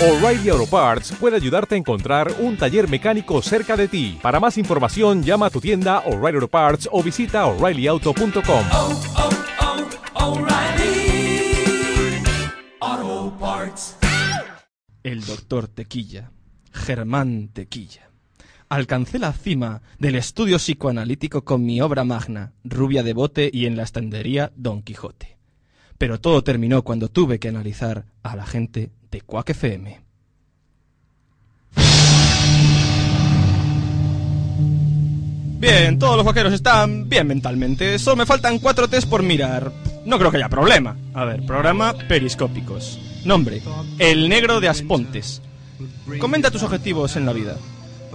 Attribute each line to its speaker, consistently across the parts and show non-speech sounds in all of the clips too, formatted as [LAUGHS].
Speaker 1: O'Reilly Auto Parts puede ayudarte a encontrar un taller mecánico cerca de ti. Para más información, llama a tu tienda O'Reilly Auto Parts o visita oreillyauto.com.
Speaker 2: oh, oh, oh, O'Reilly. Auto Parts.
Speaker 3: El doctor Tequilla, Germán Tequilla. Alcancé la cima del estudio psicoanalítico con mi obra magna, Rubia de Bote y en la estandería Don Quijote. Pero todo terminó cuando tuve que analizar a la gente de Quack FM. Bien, todos los vaqueros están bien mentalmente. Solo me faltan cuatro test por mirar. No creo que haya problema. A ver, programa Periscópicos. Nombre: El Negro de Aspontes. Comenta tus objetivos en la vida.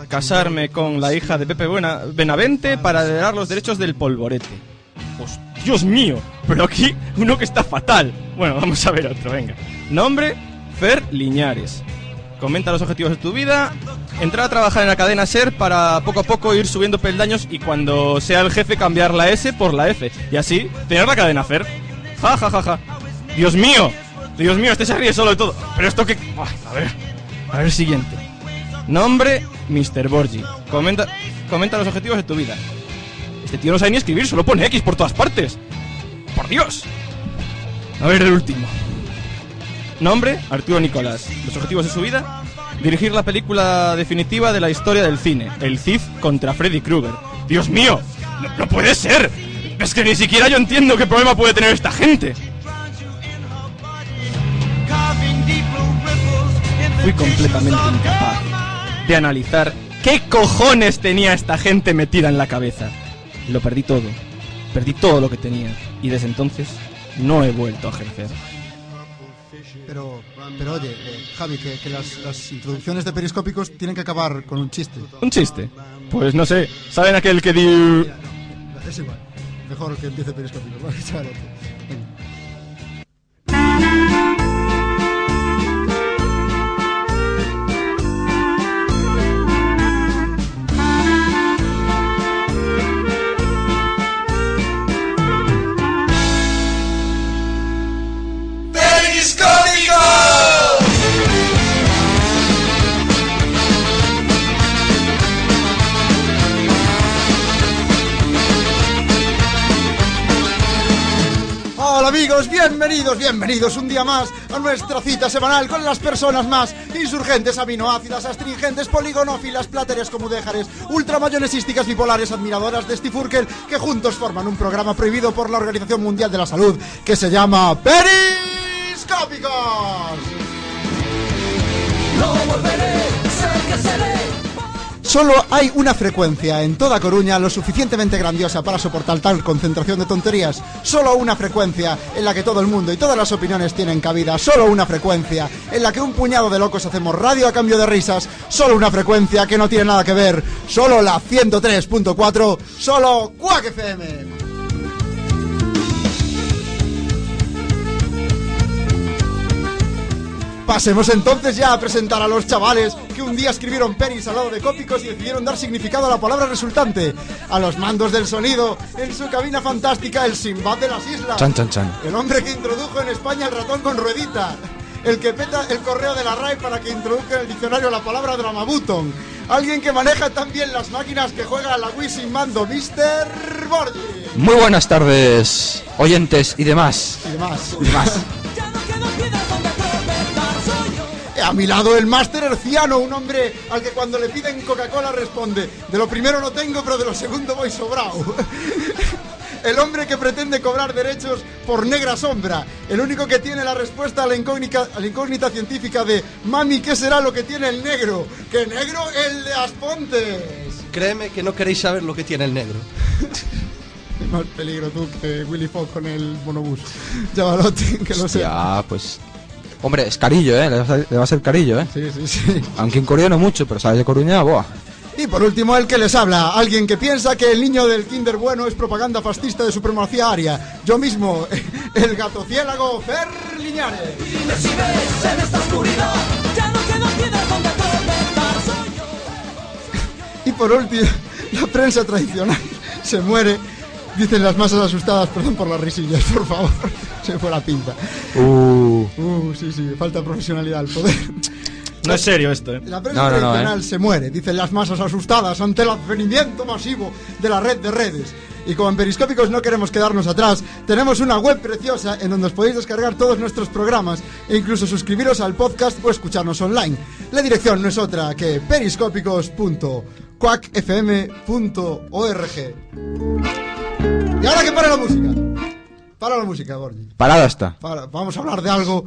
Speaker 3: Casarme con la hija de Pepe Buena- Benavente para heredar los derechos del polvorete. Hos- ¡Dios mío! Pero aquí uno que está fatal. Bueno, vamos a ver otro, venga. Nombre: Fer Liñares. Comenta los objetivos de tu vida. Entrar a trabajar en la cadena SER para poco a poco ir subiendo peldaños y cuando sea el jefe cambiar la S por la F. Y así tener la cadena SER. Ja, ja, ja, ja. Dios mío. Dios mío, este se ríe solo de todo. Pero esto que... Buah, a ver. A ver, siguiente. Nombre, Mr. Borgi. Comenta, comenta los objetivos de tu vida. Este tío no sabe ni escribir, solo pone X por todas partes. Por Dios. A ver el último. Nombre, Arturo Nicolás. Los objetivos de su vida, dirigir la película definitiva de la historia del cine, El Cid contra Freddy Krueger. Dios mío, no, no puede ser. Es que ni siquiera yo entiendo qué problema puede tener esta gente. Fui completamente incapaz de analizar qué cojones tenía esta gente metida en la cabeza. Lo perdí todo. Perdí todo lo que tenía. Y desde entonces no he vuelto a ejercer.
Speaker 4: Pero, pero oye, eh, Javi, que, que las, las introducciones de periscópicos tienen que acabar con un chiste.
Speaker 3: Un chiste. Pues no sé. ¿Saben aquel que di...
Speaker 4: Es igual. Mejor que empiece periscópicos. Vale, [LAUGHS] chaval, ok. Venga. Hola amigos, bienvenidos, bienvenidos un día más a nuestra cita semanal con las personas más insurgentes, aminoácidas, astringentes, poligonófilas, pláteres comudéjares, ultramayonesísticas, bipolares, admiradoras de Steve Urkel, que juntos forman un programa prohibido por la Organización Mundial de la Salud que se llama Periscópicos.
Speaker 2: No volveré, sé que seré.
Speaker 4: Solo hay una frecuencia en toda Coruña lo suficientemente grandiosa para soportar tal concentración de tonterías. Solo una frecuencia en la que todo el mundo y todas las opiniones tienen cabida. Solo una frecuencia en la que un puñado de locos hacemos radio a cambio de risas. Solo una frecuencia que no tiene nada que ver. Solo la 103.4. Solo Quack FM. Pasemos entonces ya a presentar a los chavales que un día escribieron penis al lado de cópicos y decidieron dar significado a la palabra resultante. A los mandos del sonido, en su cabina fantástica, el Simbad de las Islas.
Speaker 5: Chan, chan, chan.
Speaker 4: El hombre que introdujo en España el ratón con ruedita. El que peta el correo de la RAE para que introduzca en el diccionario la palabra dramabuton. Alguien que maneja tan bien las máquinas que juega a la Wii sin mando, Mr. Borgi.
Speaker 5: Muy buenas tardes, oyentes y demás.
Speaker 3: [LAUGHS]
Speaker 4: Y demás.
Speaker 2: Ya no queda piedra donde tropezar, soy
Speaker 4: Eh,
Speaker 2: yo.
Speaker 4: A mi lado el máster herciano, un hombre al que cuando le piden Coca-Cola responde, de lo primero no tengo, pero de lo segundo voy sobrado. [LAUGHS] El hombre que pretende cobrar derechos por negra sombra, el único que tiene la respuesta a la incógnita, a la incógnita científica de, mami, ¿qué será lo que tiene el negro? Que negro el de Aspontes.
Speaker 6: Créeme que no queréis saber lo que tiene el negro.
Speaker 4: Más peligro tú que Willy Fox con el monobús. [LAUGHS] Chavalote, que lo sé.
Speaker 5: Ya, pues. Hombre, es carillo, ¿eh? Le va a ser- le va a ser carillo, ¿eh?
Speaker 4: Sí, sí, sí.
Speaker 5: Aunque en Corea no mucho, pero sabes de Coruña, boa.
Speaker 4: Y por último, el que les habla, alguien que piensa que el niño del Kinder Bueno es propaganda fascista de supremacía aria. Yo mismo, [LAUGHS] el gato ciélago Fer Liñares.
Speaker 2: Dime si ves en esta oscuridad. Ya no queda piedra donde tropezar, soy yo.
Speaker 4: Y por último, [LAUGHS] la prensa tradicional [LAUGHS] se muere. Dicen las masas asustadas, perdón por las risillas, por favor. [LAUGHS] Se fue la pinta.
Speaker 5: Uh,
Speaker 4: Uh, sí, sí, falta profesionalidad al poder.
Speaker 3: No es serio esto, ¿eh?
Speaker 4: La prensa
Speaker 5: No, no, no,
Speaker 4: tradicional
Speaker 5: ¿eh?
Speaker 4: se muere, dicen las masas asustadas ante el advenimiento masivo de la red de redes. Y como en Periscópicos no queremos quedarnos atrás, tenemos una web preciosa en donde os podéis descargar todos nuestros programas e incluso suscribiros al podcast o escucharnos online. La dirección no es otra que periscópicos.quackfm.org. Y ahora que para la música. Para la música, Borgi.
Speaker 5: Parada está.
Speaker 4: Para- vamos a hablar de algo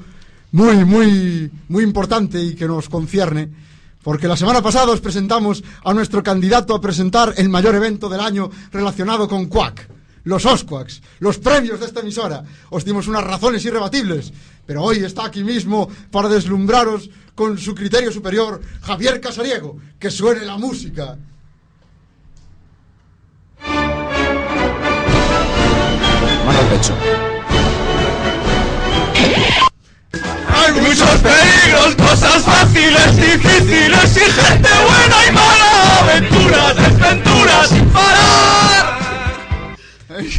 Speaker 4: muy, muy, muy importante y que nos concierne. Porque la semana pasada os presentamos a nuestro candidato a presentar el mayor evento del año relacionado con Quack. Los Osquacks, los premios de esta emisora. Os dimos unas razones irrebatibles. Pero hoy está aquí mismo para deslumbraros con su criterio superior Javier Casariego. Que suene la música.
Speaker 5: Mano al pecho.
Speaker 3: Hay muchos peligros, cosas fáciles, difíciles y gente buena y mala. Aventuras, desventuras sin parar.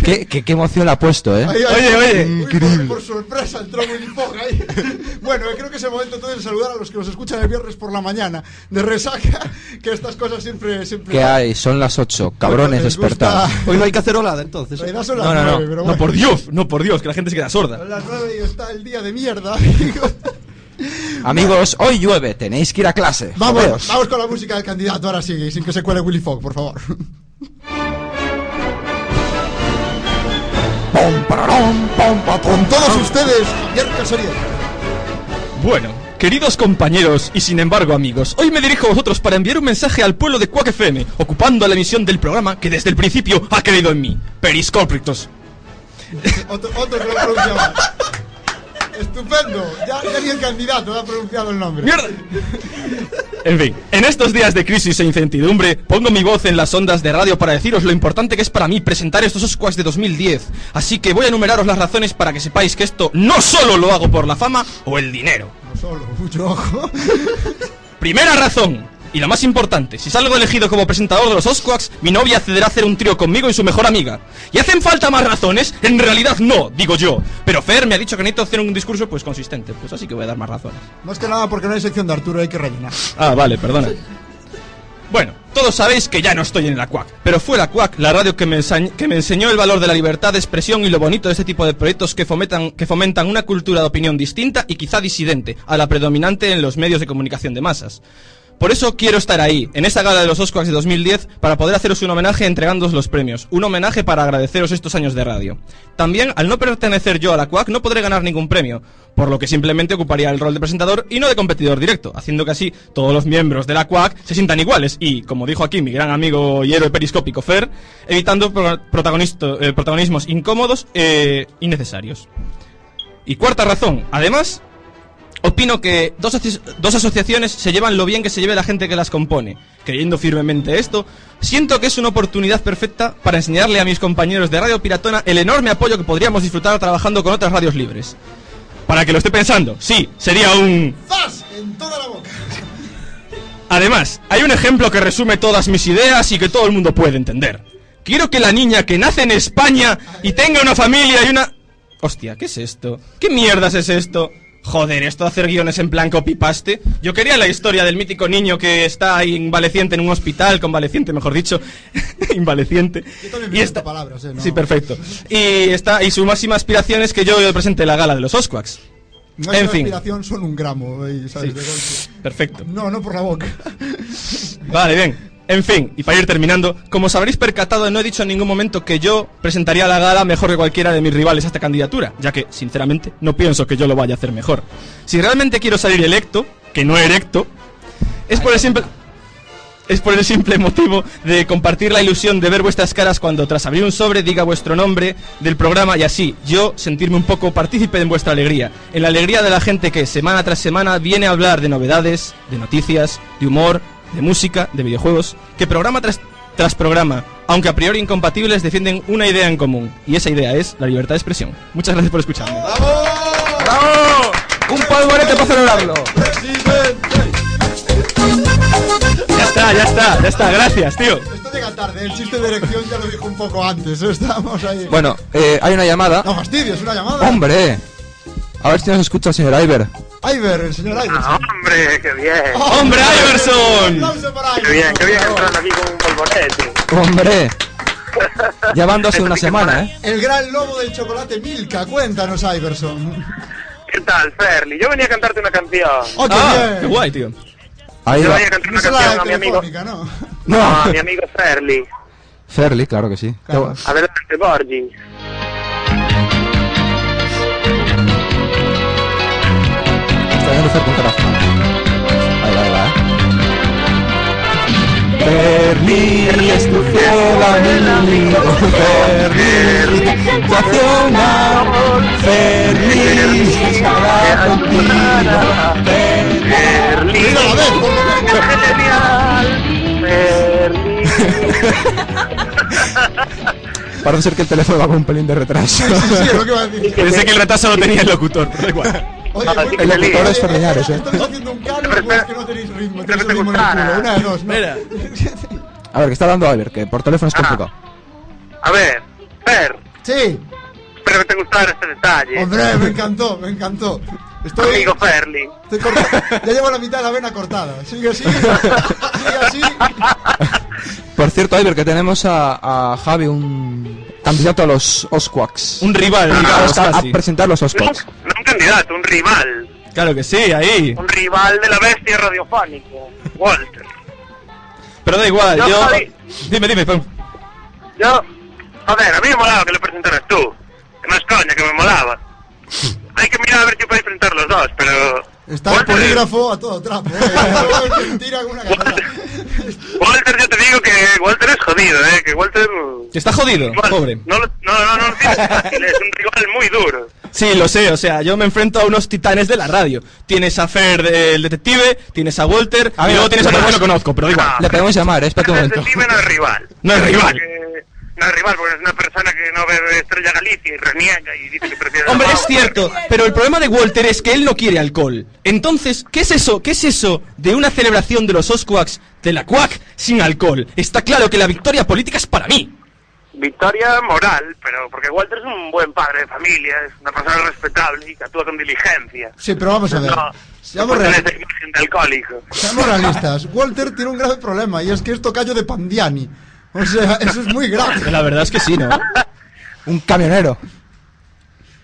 Speaker 5: ¿Qué, qué, qué emoción le ha puesto, ¿eh?
Speaker 4: Ahí, ahí.
Speaker 3: Oye, oye.
Speaker 4: Uy,
Speaker 5: Increíble.
Speaker 4: Por, por sorpresa entró Willy Fogg ahí. [LAUGHS] Bueno, eh, creo que es el momento entonces de saludar a los que nos escuchan el viernes por la mañana de resaca, [LAUGHS] que estas cosas siempre... siempre
Speaker 5: ¿Qué hay? Son las 8. Cabrones,
Speaker 4: les gusta-
Speaker 5: despertad.
Speaker 4: [LAUGHS]
Speaker 6: Hoy no hay que hacer olada,
Speaker 4: En
Speaker 6: entonces.
Speaker 4: realidad son las
Speaker 3: No, no, no.
Speaker 4: nueve, pero
Speaker 3: No,
Speaker 4: bueno.
Speaker 3: por Dios, no, por Dios, que la gente se queda sorda.
Speaker 4: Son las nueve y está el día de
Speaker 3: [LAUGHS]
Speaker 4: mierda, amigos.
Speaker 5: Amigos, hoy llueve. Tenéis que ir a clase.
Speaker 4: Vamos,
Speaker 5: Jodeos.
Speaker 4: vamos con la música del candidato ahora sí, sin que se cuele Willy Fogg,
Speaker 3: [LAUGHS]
Speaker 4: por favor.
Speaker 5: Pom, pararón, pom, pa, pom,
Speaker 4: Con
Speaker 5: todo.
Speaker 4: todos ustedes, Javier Casarías.
Speaker 3: Bueno, queridos compañeros y sin embargo amigos, hoy me dirijo a vosotros para enviar un mensaje al pueblo de Quack FM, ocupando la emisión del programa que desde el principio ha creído en mí, Periscópicos.
Speaker 4: Otro, otro que lo pronunciaba. Estupendo, ya, ya ni el candidato ha pronunciado el nombre.
Speaker 3: ¡Mierda! En fin, en estos días de crisis e incertidumbre, pongo mi voz en las ondas de radio para deciros lo importante que es para mí presentar estos Oscars de 2010. Así que voy a enumeraros las razones para que sepáis que esto no solo lo hago por la fama o el dinero.
Speaker 4: No solo, mucho ojo.
Speaker 3: Primera razón. Y la más importante, si salgo elegido como presentador de los Osquaks, mi novia accederá a hacer un trío conmigo y su mejor amiga. ¿Y hacen falta más razones? En realidad no, digo yo. Pero Fer me ha dicho que necesito hacer un discurso pues consistente, pues así que voy a dar más razones.
Speaker 4: Más que nada porque no hay sección de Arturo, hay que rellenar.
Speaker 3: Ah, vale, perdona. Bueno, todos sabéis que ya no estoy en la CUAC, pero fue la CUAC la radio que me, ensa- que me enseñó el valor de la libertad de expresión y lo bonito de este tipo de proyectos que fomentan, que fomentan una cultura de opinión distinta y quizá disidente a la predominante en los medios de comunicación de masas. Por eso quiero estar ahí, en esa gala de los Oscars de 2010, para poder haceros un homenaje entregándoos los premios. Un homenaje para agradeceros estos años de radio. También, al no pertenecer yo a la CUAC, no podré ganar ningún premio, por lo que simplemente ocuparía el rol de presentador y no de competidor directo, haciendo que así todos los miembros de la CUAC se sientan iguales y, como dijo aquí mi gran amigo y héroe periscópico Fer, evitando pro- protagonisto- eh, protagonismos incómodos e innecesarios. Y cuarta razón, además, Opino que dos, asoci- dos asociaciones se llevan lo bien que se lleve la gente que las compone. Creyendo firmemente esto, siento que es una oportunidad perfecta para enseñarle a mis compañeros de Radio Piratona el enorme apoyo que podríamos disfrutar trabajando con otras radios libres. Para que lo esté pensando, sí, sería un...
Speaker 4: ¡Zas! En toda la boca.
Speaker 3: Además, hay un ejemplo que resume todas mis ideas y que todo el mundo puede entender. Quiero que la niña que nace en España y tenga una familia y una... Hostia, ¿qué es esto? ¿Qué mierdas es esto? Joder, esto de hacer guiones en plan copy-paste. Yo quería la historia del mítico niño que está ahí invaleciente en un hospital, convaleciente, mejor dicho, [LAUGHS] invaleciente.
Speaker 4: Yo también
Speaker 3: Y
Speaker 4: me
Speaker 3: está-
Speaker 4: invento palabras, eh, no.
Speaker 3: Sí, perfecto. Y está y su máxima aspiración es que yo presente la gala de los Osquaks.
Speaker 4: No es
Speaker 3: En
Speaker 4: una
Speaker 3: fin.
Speaker 4: aspiración, son un gramo. eh, ¿sabes? De golpe.
Speaker 3: Perfecto.
Speaker 4: No, no por la boca.
Speaker 3: Vale, bien. En fin, y para ir terminando, como os habréis percatado, no he dicho en ningún momento que yo presentaría la gala mejor que cualquiera de mis rivales a esta candidatura, ya que, sinceramente, no pienso que yo lo vaya a hacer mejor. Si realmente quiero salir electo, que no erecto, es por el simple... Es por el simple motivo de compartir la ilusión de ver vuestras caras cuando tras abrir un sobre diga vuestro nombre del programa y así yo sentirme un poco partícipe en vuestra alegría, en la alegría de la gente que semana tras semana viene a hablar de novedades, de noticias, de humor, de música, de videojuegos, que programa tras, tras programa, aunque a priori incompatibles, defienden una idea en común y esa idea es la libertad de expresión. Muchas gracias por escucharme.
Speaker 5: ¡Bravo! ¡Oh! Un polvorete para celebrarlo.
Speaker 3: Ya está, ya está, ya está, gracias, tío.
Speaker 4: Esto llega tarde. El chiste de erección ya lo dijo un poco antes. Estamos ahí.
Speaker 5: Bueno, eh, hay una llamada.
Speaker 4: No fastidies, una llamada.
Speaker 5: ¡Hombre! A ver si nos escucha el señor Iver.
Speaker 4: Iver, el señor Iver.
Speaker 7: Ah, hombre, qué bien.
Speaker 3: ¡Hombre, Iverson!
Speaker 4: aplauso para
Speaker 7: Qué
Speaker 4: Iver,
Speaker 7: bien, qué
Speaker 4: por
Speaker 7: bien
Speaker 4: favor.
Speaker 7: entrando aquí con un polvorete.
Speaker 5: Hombre.
Speaker 7: [LAUGHS]
Speaker 5: Ya van dos en una semana, ¿eh?
Speaker 4: El gran lobo del chocolate Milka, cuéntanos, Iverson.
Speaker 7: ¿Qué tal, Ferli? Yo venía a cantarte una canción.
Speaker 4: ¡Oh, qué
Speaker 3: Ah,
Speaker 4: bien!
Speaker 3: qué guay, tío.
Speaker 5: Ahí
Speaker 7: Yo
Speaker 5: va.
Speaker 7: venía a cantar
Speaker 4: No
Speaker 7: una
Speaker 4: es la
Speaker 7: canción a mi amigo.
Speaker 4: telefónica, ¿no? [LAUGHS]
Speaker 5: No.
Speaker 7: No, a mi amigo Ferli.
Speaker 5: Ferli, claro que sí.
Speaker 4: Claro.
Speaker 7: Adelante, Borgi.
Speaker 5: Está bien, Fer, con corazón. Ahí va, ahí va. Ferli es tu fiel amigo. Ferli, tu acción amor. Ferli estará contigo.
Speaker 7: Ferli.
Speaker 4: Mira, a ver, por lo menos.
Speaker 7: Genial. Ferli.
Speaker 5: Parece ser que el teléfono va con un pelín de retraso.
Speaker 4: Sí, es lo que iba a decir.
Speaker 3: Pensé que el retraso lo tenía el locutor, pero da igual.
Speaker 4: Oye,
Speaker 7: Ah,
Speaker 4: bueno,
Speaker 7: sí que te lío.
Speaker 5: locutor es Fernández, ¿eh?
Speaker 4: Estáis haciendo un cano,
Speaker 7: Pero
Speaker 4: pues
Speaker 7: espera-
Speaker 4: que no tenéis ritmo,
Speaker 7: espera
Speaker 4: tenéis
Speaker 7: que te
Speaker 4: un ritmo en el culo.
Speaker 7: gustara.
Speaker 4: Una de dos, ¿no?
Speaker 3: Mira.
Speaker 5: A ver, que está dando Albert, que por teléfono es
Speaker 7: Ah.
Speaker 5: complicado.
Speaker 7: A ver, Fer,
Speaker 4: Sí,
Speaker 7: espero que te gustara este detalle.
Speaker 4: hombre, me encantó, me encantó. Estoy,
Speaker 7: Amigo Ferli.
Speaker 4: estoy corta- Ya llevo la mitad de la vena cortada. Sigue así, sigue así.
Speaker 5: Por cierto, Albert, que tenemos a, a Javi, un candidato a los
Speaker 3: [LAUGHS]
Speaker 5: Osquaks.
Speaker 3: Un rival, digamos,
Speaker 5: a, a
Speaker 3: casi.
Speaker 5: presentar los
Speaker 7: No,
Speaker 5: Osquaks.
Speaker 7: no un candidato, un rival.
Speaker 3: Claro que sí, ahí.
Speaker 7: Un rival de la bestia radiofónica. Walter.
Speaker 3: Pero da igual,
Speaker 7: No,
Speaker 3: yo.
Speaker 7: Javi.
Speaker 3: Dime, dime, pon.
Speaker 7: Yo, joder, a mí me molaba que lo presentaras tú. Que más coña, que me
Speaker 3: [LAUGHS]
Speaker 7: molaba. Hay que mirar a ver si podéis presentar los dos, pero...
Speaker 4: Está el
Speaker 7: Walter-
Speaker 4: polígrafo a todo trapo. ¿eh? Tira alguna cagada.
Speaker 7: Walter, yo te digo que Walter es jodido, eh. Que Walter...
Speaker 3: Que está jodido,
Speaker 7: Igual,
Speaker 3: pobre.
Speaker 7: No, lo- no, no, no, lo tienes fácil, es un rival muy duro.
Speaker 3: Sí, lo sé, o sea, yo me enfrento a unos titanes de la radio. Tienes a Fer, eh, el detective, tienes a Walter, y luego tienes a otro que [LAUGHS] no conozco, pero da igual.
Speaker 7: Ah,
Speaker 5: Le podemos llamar, eh,
Speaker 7: [LAUGHS]
Speaker 5: espérate un
Speaker 7: Este
Speaker 5: momento.
Speaker 7: pibe no es rival.
Speaker 3: No es rival.
Speaker 7: Porque- No es rival, porque es una persona que no ve Estrella Galicia y reniega y dice que prefiere...
Speaker 3: Hombre,
Speaker 7: la
Speaker 3: es
Speaker 7: Bauer.
Speaker 3: cierto, pero el problema de Walter es que él no quiere alcohol. Entonces, ¿qué es eso? ¿Qué es eso de una celebración de los Osquaks de la Cuac sin alcohol? Está claro que la victoria política es para mí.
Speaker 7: Victoria moral, pero porque Walter es un buen padre de familia, es una persona respetable y que actúa con diligencia.
Speaker 4: Sí, pero vamos a ver.
Speaker 7: No,
Speaker 4: Seamos
Speaker 7: no
Speaker 4: reales.
Speaker 7: esa imagen de alcohólico.
Speaker 4: Seamos realistas, Walter tiene un grave problema y es que es tocayo de Pandiani. O sea, eso es muy grave.
Speaker 3: La verdad es que sí, [LAUGHS] ¿no?
Speaker 5: Un camionero.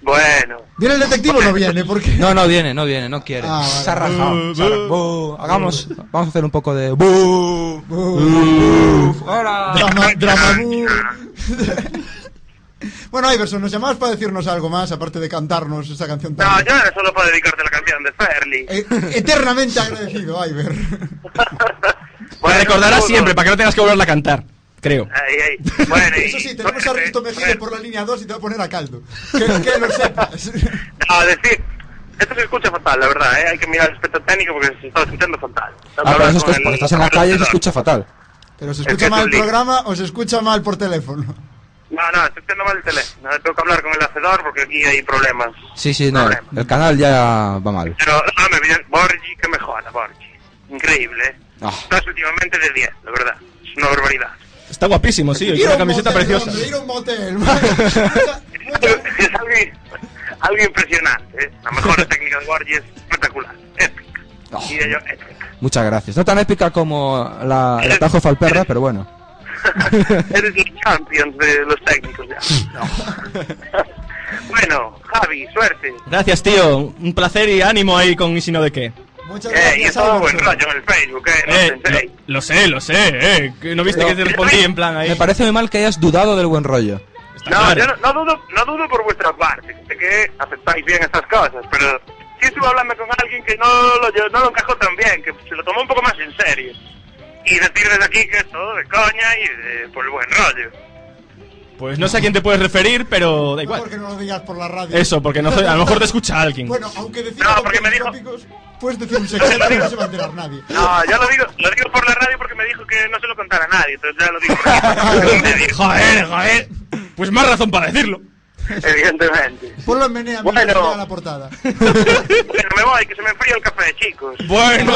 Speaker 7: Bueno,
Speaker 4: ¿Viene el detective o no viene? Porque...
Speaker 5: No, no viene, no viene, no quiere.
Speaker 4: Ah, vale.
Speaker 5: Se ha rajado. se ha rajado. Bú. Hagamos, vamos a hacer un poco de.
Speaker 4: [LAUGHS] Drama, drama bu. Bueno, Iverson, nos llamabas para decirnos algo más, aparte de cantarnos esa canción tan...
Speaker 7: no, yo era solo para dedicarte la canción de Ferli.
Speaker 4: Eh, eternamente agradecido, Iver.
Speaker 3: Para recordarla
Speaker 7: saludos.
Speaker 3: Pues siempre,
Speaker 7: [LAUGHS]
Speaker 3: para que no tengas que volverla a cantar, creo.
Speaker 7: Ay, ay.
Speaker 5: [LAUGHS]
Speaker 7: Bueno, y-
Speaker 4: Eso sí, tenemos a Risto Mejide
Speaker 7: Bueno,
Speaker 4: por la línea 2 y te va a poner a caldo. Que, que lo
Speaker 7: [LAUGHS]
Speaker 4: sepas.
Speaker 7: No, decir, esto se escucha fatal, la verdad, ¿eh? hay que mirar el aspecto técnico porque se está escuchando fatal.
Speaker 5: Ah, pero eso es
Speaker 7: Con
Speaker 5: que-
Speaker 7: el-
Speaker 5: porque estás en la calle y se escucha fatal.
Speaker 4: Pero se
Speaker 7: Es que
Speaker 4: escucha
Speaker 7: es
Speaker 4: mal
Speaker 7: un
Speaker 4: el
Speaker 7: lío.
Speaker 4: programa o se escucha mal por teléfono.
Speaker 7: No, no, estoy escuchando mal el teléfono. Tengo que hablar con el hacedor porque aquí hay problemas.
Speaker 5: Sí, sí, no. eh. El canal ya va mal.
Speaker 7: Pero, no, me piden Borgi, que mejora, Borgi. Increíble, ¿eh?
Speaker 5: Ah.
Speaker 7: Estás últimamente de 10, la verdad. Es una barbaridad.
Speaker 3: Está guapísimo, sí,
Speaker 4: Ir
Speaker 3: con
Speaker 4: a
Speaker 3: una
Speaker 4: un
Speaker 3: camiseta
Speaker 4: motel,
Speaker 3: preciosa.
Speaker 4: hombre, ir a un
Speaker 3: [LAUGHS]
Speaker 4: motel. Mucha- mucha-
Speaker 7: Es algo, algo impresionante, ¿eh? La mejora técnica de Borgi es espectacular, épica. Y eh, ello, épica.
Speaker 5: Muchas gracias. No tan épica como la, el atajo Falperra, pero bueno.
Speaker 7: [LAUGHS] Eres el champions de los técnicos ya. [LAUGHS] bueno, Javi, suerte.
Speaker 3: Gracias, tío. Un placer y ánimo ahí con y si no de qué.
Speaker 4: Muchas
Speaker 7: Eh, y
Speaker 4: gracias,
Speaker 7: es todo buen
Speaker 4: Iverson.
Speaker 7: rollo en el Facebook, ¿eh? No
Speaker 3: Eh,
Speaker 7: penséis.
Speaker 3: lo, lo sé, lo sé, eh. que ¿No viste que te respondí en plan ahí?
Speaker 5: Me parece muy mal que hayas dudado del buen rollo.
Speaker 3: Está
Speaker 7: No,
Speaker 3: claro.
Speaker 7: yo no, no dudo, no dudo por vuestra parte, de que aceptáis bien estas cosas, pero sí estuve hablando con alguien que no lo, lle- no lo encajó tan bien, que se lo tomó un poco más en serio. Y decir desde aquí que es todo de coña y de- por el buen rollo.
Speaker 3: Pues no sé a quién te puedes referir, pero da
Speaker 4: No
Speaker 3: igual.
Speaker 4: porque no lo digas por la radio.
Speaker 3: Eso, porque no, sé, a lo mejor te escucha alguien.
Speaker 4: Bueno, aunque decir
Speaker 7: No, porque me dijo-
Speaker 4: tópicos, puedes decir un secreto que no se va a enterar nadie.
Speaker 7: [LAUGHS] No, yo lo digo, lo digo por la radio porque me dijo que no se lo contara a nadie, entonces ya lo digo. por aquí. me dijo,
Speaker 3: Joder, joder. Pues más razón para decirlo.
Speaker 7: [LAUGHS] evidentemente.
Speaker 4: Ponlo en menea
Speaker 7: Bueno.
Speaker 4: mientras que llega la portada.
Speaker 5: [LAUGHS]
Speaker 7: Bueno, me voy, que se me enfría el café, chicos.
Speaker 3: Bueno,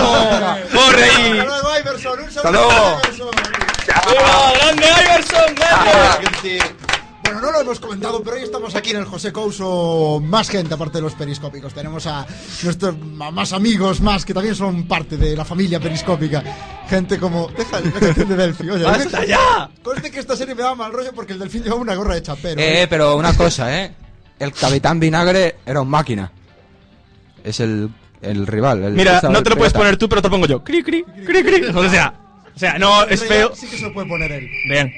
Speaker 3: corre ahí.
Speaker 4: Hasta luego, Iverson. Un saludo,
Speaker 5: luego.
Speaker 4: Iverson.
Speaker 7: Chao.
Speaker 3: ¡Viva! ¡Grande Iverson! ¡Grande!
Speaker 4: Que sí. Bueno, no lo hemos comentado, pero hoy estamos aquí en el José Couso. Más gente, aparte de los periscópicos. Tenemos a nuestros a más amigos, más que también son parte de la familia periscópica. Gente como. Deja la canción de Delphi, oye.
Speaker 5: ¡Basta ya!
Speaker 4: Conste que esta serie me da mal rollo porque el Delfín lleva una gorra de chapero.
Speaker 5: Eh, pero una cosa, ¿eh? El Capitán Vinagre era un máquina. Es el, el rival. el-
Speaker 3: Mira,
Speaker 5: esa-
Speaker 3: no te lo puedes
Speaker 5: pirata.
Speaker 3: poner tú, pero te lo pongo yo. Cri, cri, cri, cri. O sea, o sea, no, es feo.
Speaker 4: Sí que se lo puede poner él.
Speaker 3: Bien.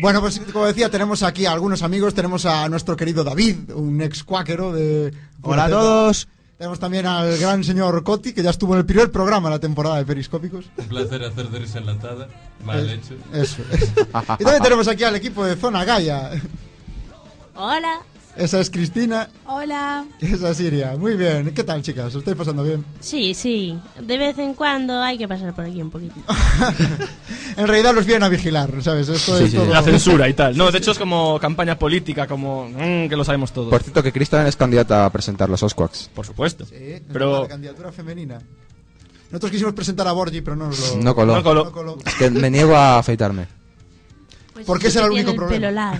Speaker 4: Bueno, pues como decía, tenemos aquí a algunos amigos. Tenemos a nuestro querido David, un ex cuáquero de.
Speaker 5: Hola a
Speaker 4: de-
Speaker 5: todos.
Speaker 4: Tenemos también al gran señor Coti, que ya estuvo en el primer programa de la temporada de Periscópicos.
Speaker 8: Un placer hacer de risa enlatada. Mal hecho.
Speaker 4: Eso es. Y también tenemos aquí al equipo de Zona Gaia.
Speaker 9: Hola.
Speaker 4: Esa es Cristina
Speaker 9: Hola.
Speaker 4: y esa es Siria. Muy bien. ¿Qué tal, chicas? ¿Lo estáis pasando bien?
Speaker 9: Sí, sí. De vez en cuando hay que pasar por aquí un poquito.
Speaker 4: En realidad los vienen a vigilar, ¿sabes? Esto
Speaker 5: Sí,
Speaker 4: es
Speaker 5: sí,
Speaker 4: todo.
Speaker 3: La censura y tal. No, de hecho es como campaña política, como mm, que lo sabemos todos.
Speaker 5: Por cierto, que Kristen es candidata a presentar los Osquaks.
Speaker 3: Por supuesto.
Speaker 4: Sí, es
Speaker 3: Pero-
Speaker 4: la candidatura femenina. Nosotros quisimos presentar a Borgi, pero no nos lo.
Speaker 5: No coló.
Speaker 3: No coló.
Speaker 4: no coló.
Speaker 5: Es que me niego a afeitarme.
Speaker 4: ¿Por qué será el único problema?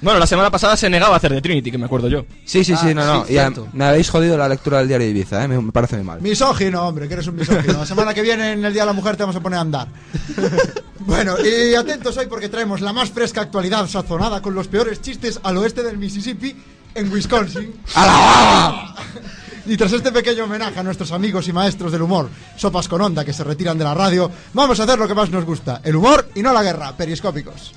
Speaker 3: Bueno, la semana pasada se negaba a hacer de Trinity, que me acuerdo yo.
Speaker 5: Sí, sí, sí,
Speaker 6: Ah,
Speaker 5: no, no.
Speaker 6: sí,
Speaker 5: y a-
Speaker 6: cierto.
Speaker 5: me habéis jodido la lectura del diario de Ibiza, ¿eh? Me, me parece muy mal.
Speaker 4: Misógino, hombre, que eres un misógino. La semana que viene, en el Día de la Mujer, te vamos a poner a andar. Bueno, y atentos hoy porque traemos la más fresca actualidad sazonada con los peores chistes al oeste del Mississippi, en Wisconsin. Y tras este pequeño homenaje a nuestros amigos y maestros del humor, sopas con onda que se retiran de la radio, vamos a hacer lo que más nos gusta, el humor y no la guerra, periscópicos.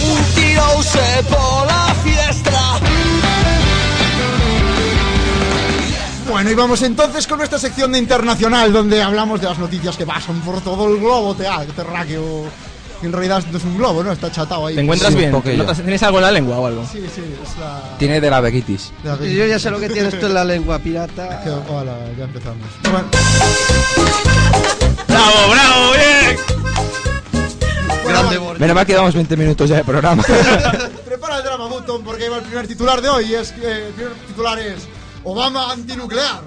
Speaker 2: Shantirouse por la fiesta.
Speaker 4: Bueno, y vamos entonces con nuestra sección de internacional, donde hablamos de las noticias que pasan por todo el globo tea- terráqueo. En realidad no es un globo, ¿no? Está chatado ahí.
Speaker 3: ¿Te encuentras
Speaker 5: Sí,
Speaker 3: bien?
Speaker 5: un poquillo.
Speaker 3: ¿No te- ¿Tienes algo en la lengua o algo?
Speaker 4: Sí, sí, es la...
Speaker 5: Tiene de la vequitis.
Speaker 4: la-
Speaker 6: Yo ya sé lo que tienes tú en la lengua, pirata.
Speaker 4: Que- Hola, ya empezamos. Bueno,
Speaker 3: [LAUGHS] ¡Bravo, bravo, bien!
Speaker 6: Grande Borja.
Speaker 5: Menos mal que llevamos 20 minutos ya
Speaker 6: [LAUGHS]
Speaker 5: de programa.
Speaker 4: prepara el drama, Button, porque ahí va el primer titular de hoy. Es, que el primer titular es Obama antinuclear.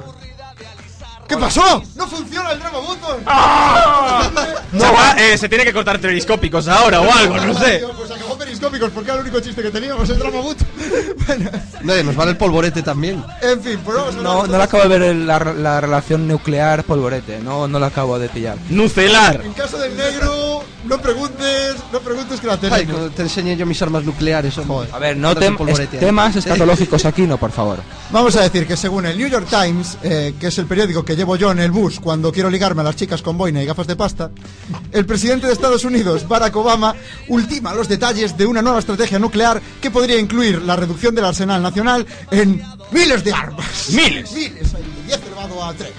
Speaker 4: ¿Qué pasó? ¡No funciona el drama, Button!
Speaker 3: ¡Ah!
Speaker 4: [LAUGHS]
Speaker 3: Chaval, eh, se tiene que cortar telescópicos ahora o algo, no sé.
Speaker 4: Tío, Pues acabó periscópicos, porque era el único chiste que teníamos, el drama, Button. [LAUGHS] bueno,
Speaker 6: No, y nos vale el polvorete también.
Speaker 4: en fin, pues vamos a hablar
Speaker 5: No, no la acabo de ver el- la, la relación nuclear polvorete. No, no la acabo de pillar.
Speaker 3: Nucelar.
Speaker 4: En caso del negro, no preguntes, no preguntes que la
Speaker 6: Ay,
Speaker 4: tenemos.
Speaker 6: cuando te enseñé yo mis armas nucleares, hombre.
Speaker 5: A ver, no
Speaker 6: Andas de
Speaker 5: tem-
Speaker 6: polvorete
Speaker 5: es-
Speaker 6: ahí.
Speaker 5: temas escatológicos aquí, no, por favor.
Speaker 4: Vamos a decir que según el New York Times, eh, que es el periódico que llevo yo en el bus cuando quiero ligarme a las chicas con boina y gafas de pasta, el presidente de Estados Unidos, Barack Obama, ultima los detalles de una nueva estrategia nuclear que podría incluir la reducción del arsenal nacional en miles de armas.
Speaker 3: Miles.
Speaker 4: Miles, ahí, 10 elevado a 3.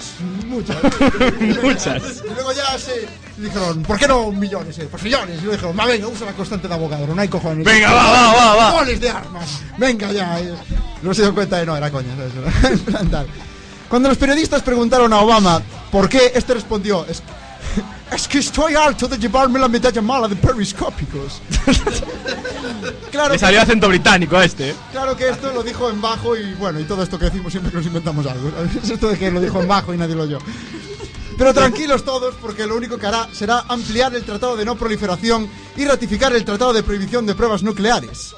Speaker 4: Muchas.
Speaker 3: [LAUGHS] Muchas.
Speaker 4: Y luego ya se dijeron, ¿por qué no millones? eh? Pues millones. Y luego dijeron, va, venga, usa la constante de abogado, no hay cojones.
Speaker 3: Venga, va, va, va, va.
Speaker 4: Goles de armas. Venga ya. eh. No se dio cuenta de no, era coña. ¿sabes? [LAUGHS] Era en plan tal. Cuando los periodistas preguntaron a Obama por qué, este respondió, es, es que estoy harto de llevarme la medalla mala de periscópicos. [LAUGHS] claro,
Speaker 3: Le salió acento británico a este. eh.
Speaker 4: claro que esto lo dijo en bajo y bueno, y todo esto que decimos siempre que nos inventamos algo. [LAUGHS] ¿sabes? Esto de que lo dijo en bajo y nadie lo oyó. Pero tranquilos todos, porque lo único que hará será ampliar el Tratado de No Proliferación y ratificar el Tratado de Prohibición de Pruebas Nucleares.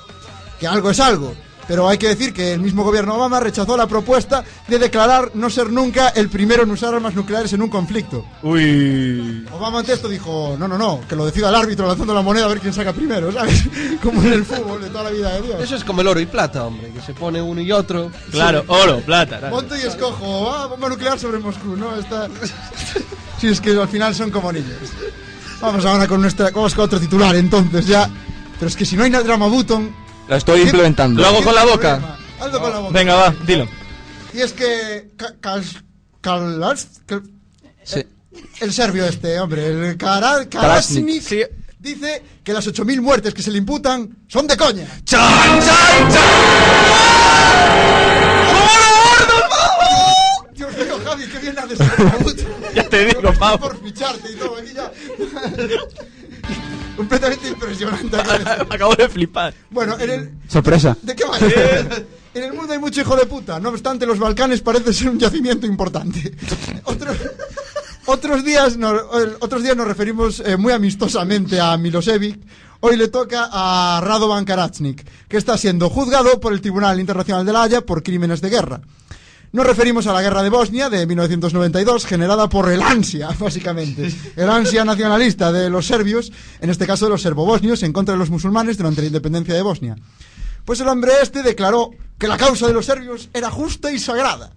Speaker 4: Que algo es algo. Pero hay que decir que el mismo gobierno Obama rechazó la propuesta de declarar no ser nunca el primero en usar armas nucleares en un conflicto.
Speaker 3: Uy.
Speaker 4: Obama ante esto dijo, no, no, no, que lo decida el árbitro lanzando la moneda a ver quién saca primero, ¿sabes? [LAUGHS] Como en el fútbol de toda la vida de Dios.
Speaker 6: Eso es como el oro y plata, hombre, que se pone uno y otro.
Speaker 3: Claro, oro, plata. tal.
Speaker 4: Monto y escojo. Ah, bomba nuclear sobre Moscú, ¿no? Está... [LAUGHS] Sí, es que al final son como niños. Vamos ahora con nuestra. Vamos con otro titular, entonces ya. Pero es que si no hay nada drama Button.
Speaker 5: Lo estoy implementando.
Speaker 3: Lo hago con la
Speaker 4: ¿qué
Speaker 3: boca.
Speaker 4: problema? Hazlo con la boca.
Speaker 3: Venga, va, dilo.
Speaker 4: Y es que. Ca- Cas- Kalas- Cal-
Speaker 5: Sí.
Speaker 4: El serbio este, hombre. El Kara- Karasnik.
Speaker 5: Karasnik,
Speaker 4: Dice que las 8.000 muertes que se le imputan son de coña.
Speaker 3: ¡Chan, chan,
Speaker 4: Dios mío, Javi, qué bien haces el drama Button.
Speaker 3: [LAUGHS] Ya te digo,
Speaker 4: Estoy
Speaker 3: Pau.
Speaker 4: por ficharte y todo aquí ya. [LAUGHS] Completamente impresionante.
Speaker 3: Acabo de flipar.
Speaker 4: Bueno, en el,
Speaker 5: Sorpresa.
Speaker 4: ¿de qué va? esto? En el mundo hay mucho hijo de puta. No obstante, los Balcanes parece ser un yacimiento importante. Otro- otros, días nos, el- otros días nos referimos eh, muy amistosamente a Milosevic. Hoy le toca a Radovan Karatsnik, que está siendo juzgado por el Tribunal Internacional de la Haya por crímenes de guerra. Nos referimos a la guerra de Bosnia de 1992, generada por el ansia, [LAUGHS] básicamente. El ansia nacionalista de los serbios, en este caso de los serbobosnios, en contra de los musulmanes durante la independencia de Bosnia. Pues el hombre este declaró que la causa de los serbios era justa y sagrada.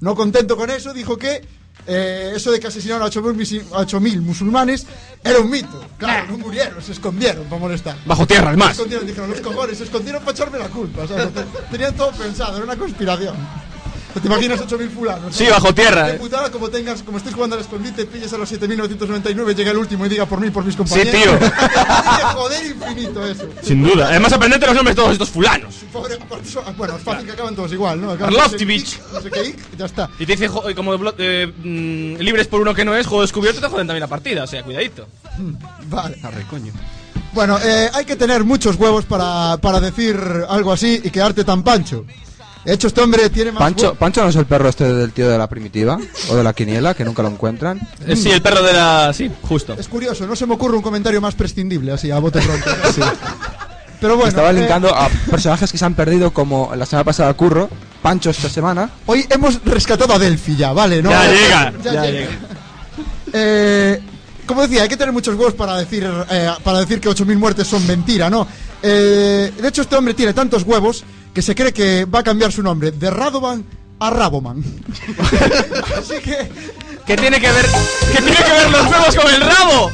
Speaker 4: No contento con eso, dijo que eh, eso de que asesinaron a 8.000 misi- a 8.000 musulmanes era un mito. Claro, no murieron, se escondieron para molestar.
Speaker 3: Bajo tierra, al
Speaker 4: Se
Speaker 3: más.
Speaker 4: escondieron, dijeron, los cojones, se escondieron para echarme la culpa. ¿sabes? Tenían todo pensado, era una conspiración. ¿Te imaginas 8.000 fulanos?
Speaker 3: Sí, bajo tierra,
Speaker 4: Qué
Speaker 3: eh.
Speaker 4: putada, como, tengas, como estés jugando al escondite, pilles a los 7.999, llega el último y diga por mí, por mis compañeros.
Speaker 3: tío.
Speaker 4: [LAUGHS] Tiene joder infinito eso.
Speaker 3: Sin duda. Además, aprendete los nombres de todos estos fulanos.
Speaker 4: Pobre, aparte son- bueno, es fácil que acaban todos igual, ¿no? Acaban
Speaker 3: Arloftovich.
Speaker 4: todos en No sé qué, y ya está.
Speaker 3: Y te dice, jo- eh, como blo- eh, mm, libres por uno que no es, juego descubierto, te joden también la partida. O sea, cuidadito.
Speaker 4: Vale. Bueno, eh, hay que tener muchos huevos para, para decir algo así y quedarte tan pancho. De hecho, este hombre tiene más
Speaker 5: Pancho,
Speaker 4: hue-
Speaker 5: Pancho no es el perro este del tío de la primitiva o de la quiniela que nunca lo encuentran.
Speaker 3: Eh, sí, el perro de la. Sí, justo.
Speaker 4: Es curioso, no se me ocurre un comentario más prescindible así a bote
Speaker 5: [LAUGHS]
Speaker 4: pronto. Pero bueno,
Speaker 5: Estaba
Speaker 4: eh,
Speaker 5: linkando a personajes que se han perdido como la semana pasada Curro, Pancho esta semana.
Speaker 4: hoy hemos rescatado a Delphi ya, ¿vale? ¿no?
Speaker 3: Ya llega.
Speaker 4: Ya llega. Eh, como decía, hay que tener muchos huevos para decir, eh, para decir que 8.000 muertes son mentira, ¿no? Eh, de hecho, este hombre tiene tantos huevos que se cree que va a cambiar su nombre de Radovan a Raboman. [LAUGHS] Así que,
Speaker 3: ¿Qué tiene que ver. ¿Qué tiene que ver los huevos con el rabo?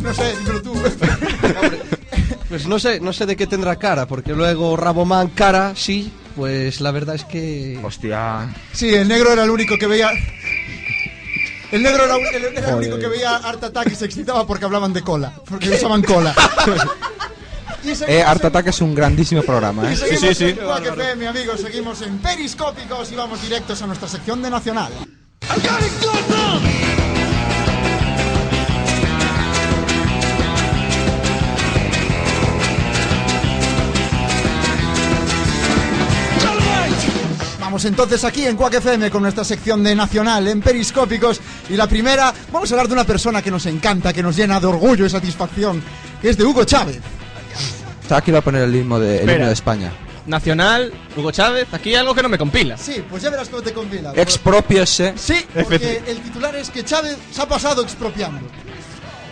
Speaker 4: no sé, dímelo tú.
Speaker 6: Pues no sé, no sé de qué tendrá cara, porque luego Raboman cara, sí, pues la verdad es que...
Speaker 5: Hostia.
Speaker 4: sí, el negro era el único que veía... El negro era, un- el- era el único que veía Art Attack y se excitaba porque hablaban de cola. Porque usaban
Speaker 5: [LAUGHS]
Speaker 4: cola. Y se-
Speaker 5: Eh, Art Attack es un grandísimo programa,
Speaker 4: Y
Speaker 5: eh.
Speaker 4: seguimos
Speaker 3: Ah, Sí, sí, sí.
Speaker 4: en Quack FM, amigos, seguimos en Periscópicos y vamos directos a nuestra sección de Nacional. Vamos entonces aquí en Quack FM con nuestra sección de Nacional en Periscópicos y la primera, vamos a hablar de una persona que nos encanta, que nos llena de orgullo y satisfacción, que es de Hugo Chávez.
Speaker 5: Estaba aquí iba a poner el himno de, el
Speaker 3: Espera.
Speaker 5: himno de España.
Speaker 3: Nacional, Hugo Chávez, aquí hay algo que no me compila.
Speaker 4: Sí, pues ya verás cómo te combina.
Speaker 5: Expropiese.
Speaker 4: Sí, porque el titular es que Chávez se ha pasado expropiando.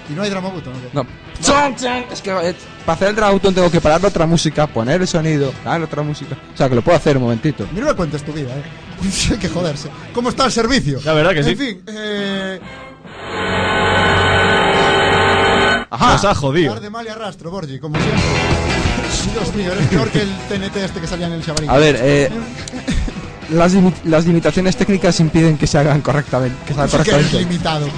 Speaker 4: Y no hay dramabuto, ¿no?
Speaker 5: No. Chon, chon. Es que eh, para hacer el dramaturgo tengo que parar otra música, poner el sonido, dar otra música. O sea, que lo puedo hacer un momentito.
Speaker 4: Mira, no me cuentes tu vida, ¿eh? [LAUGHS] Hay que joderse. ¿Cómo está el servicio?
Speaker 3: La verdad que sí.
Speaker 4: En fin, eh...
Speaker 3: Nos ha jodido.
Speaker 4: Tarde, mal y arrastro, Borgi, como siempre. Dios mío, eres peor que el TNT este que salía en el Chavarín.
Speaker 5: A ver, eh, las, limi- las limitaciones técnicas impiden que se hagan correctamente. Que
Speaker 4: [LAUGHS]
Speaker 5: se hagan
Speaker 4: Sí que eres
Speaker 5: correctamente.
Speaker 4: limitado.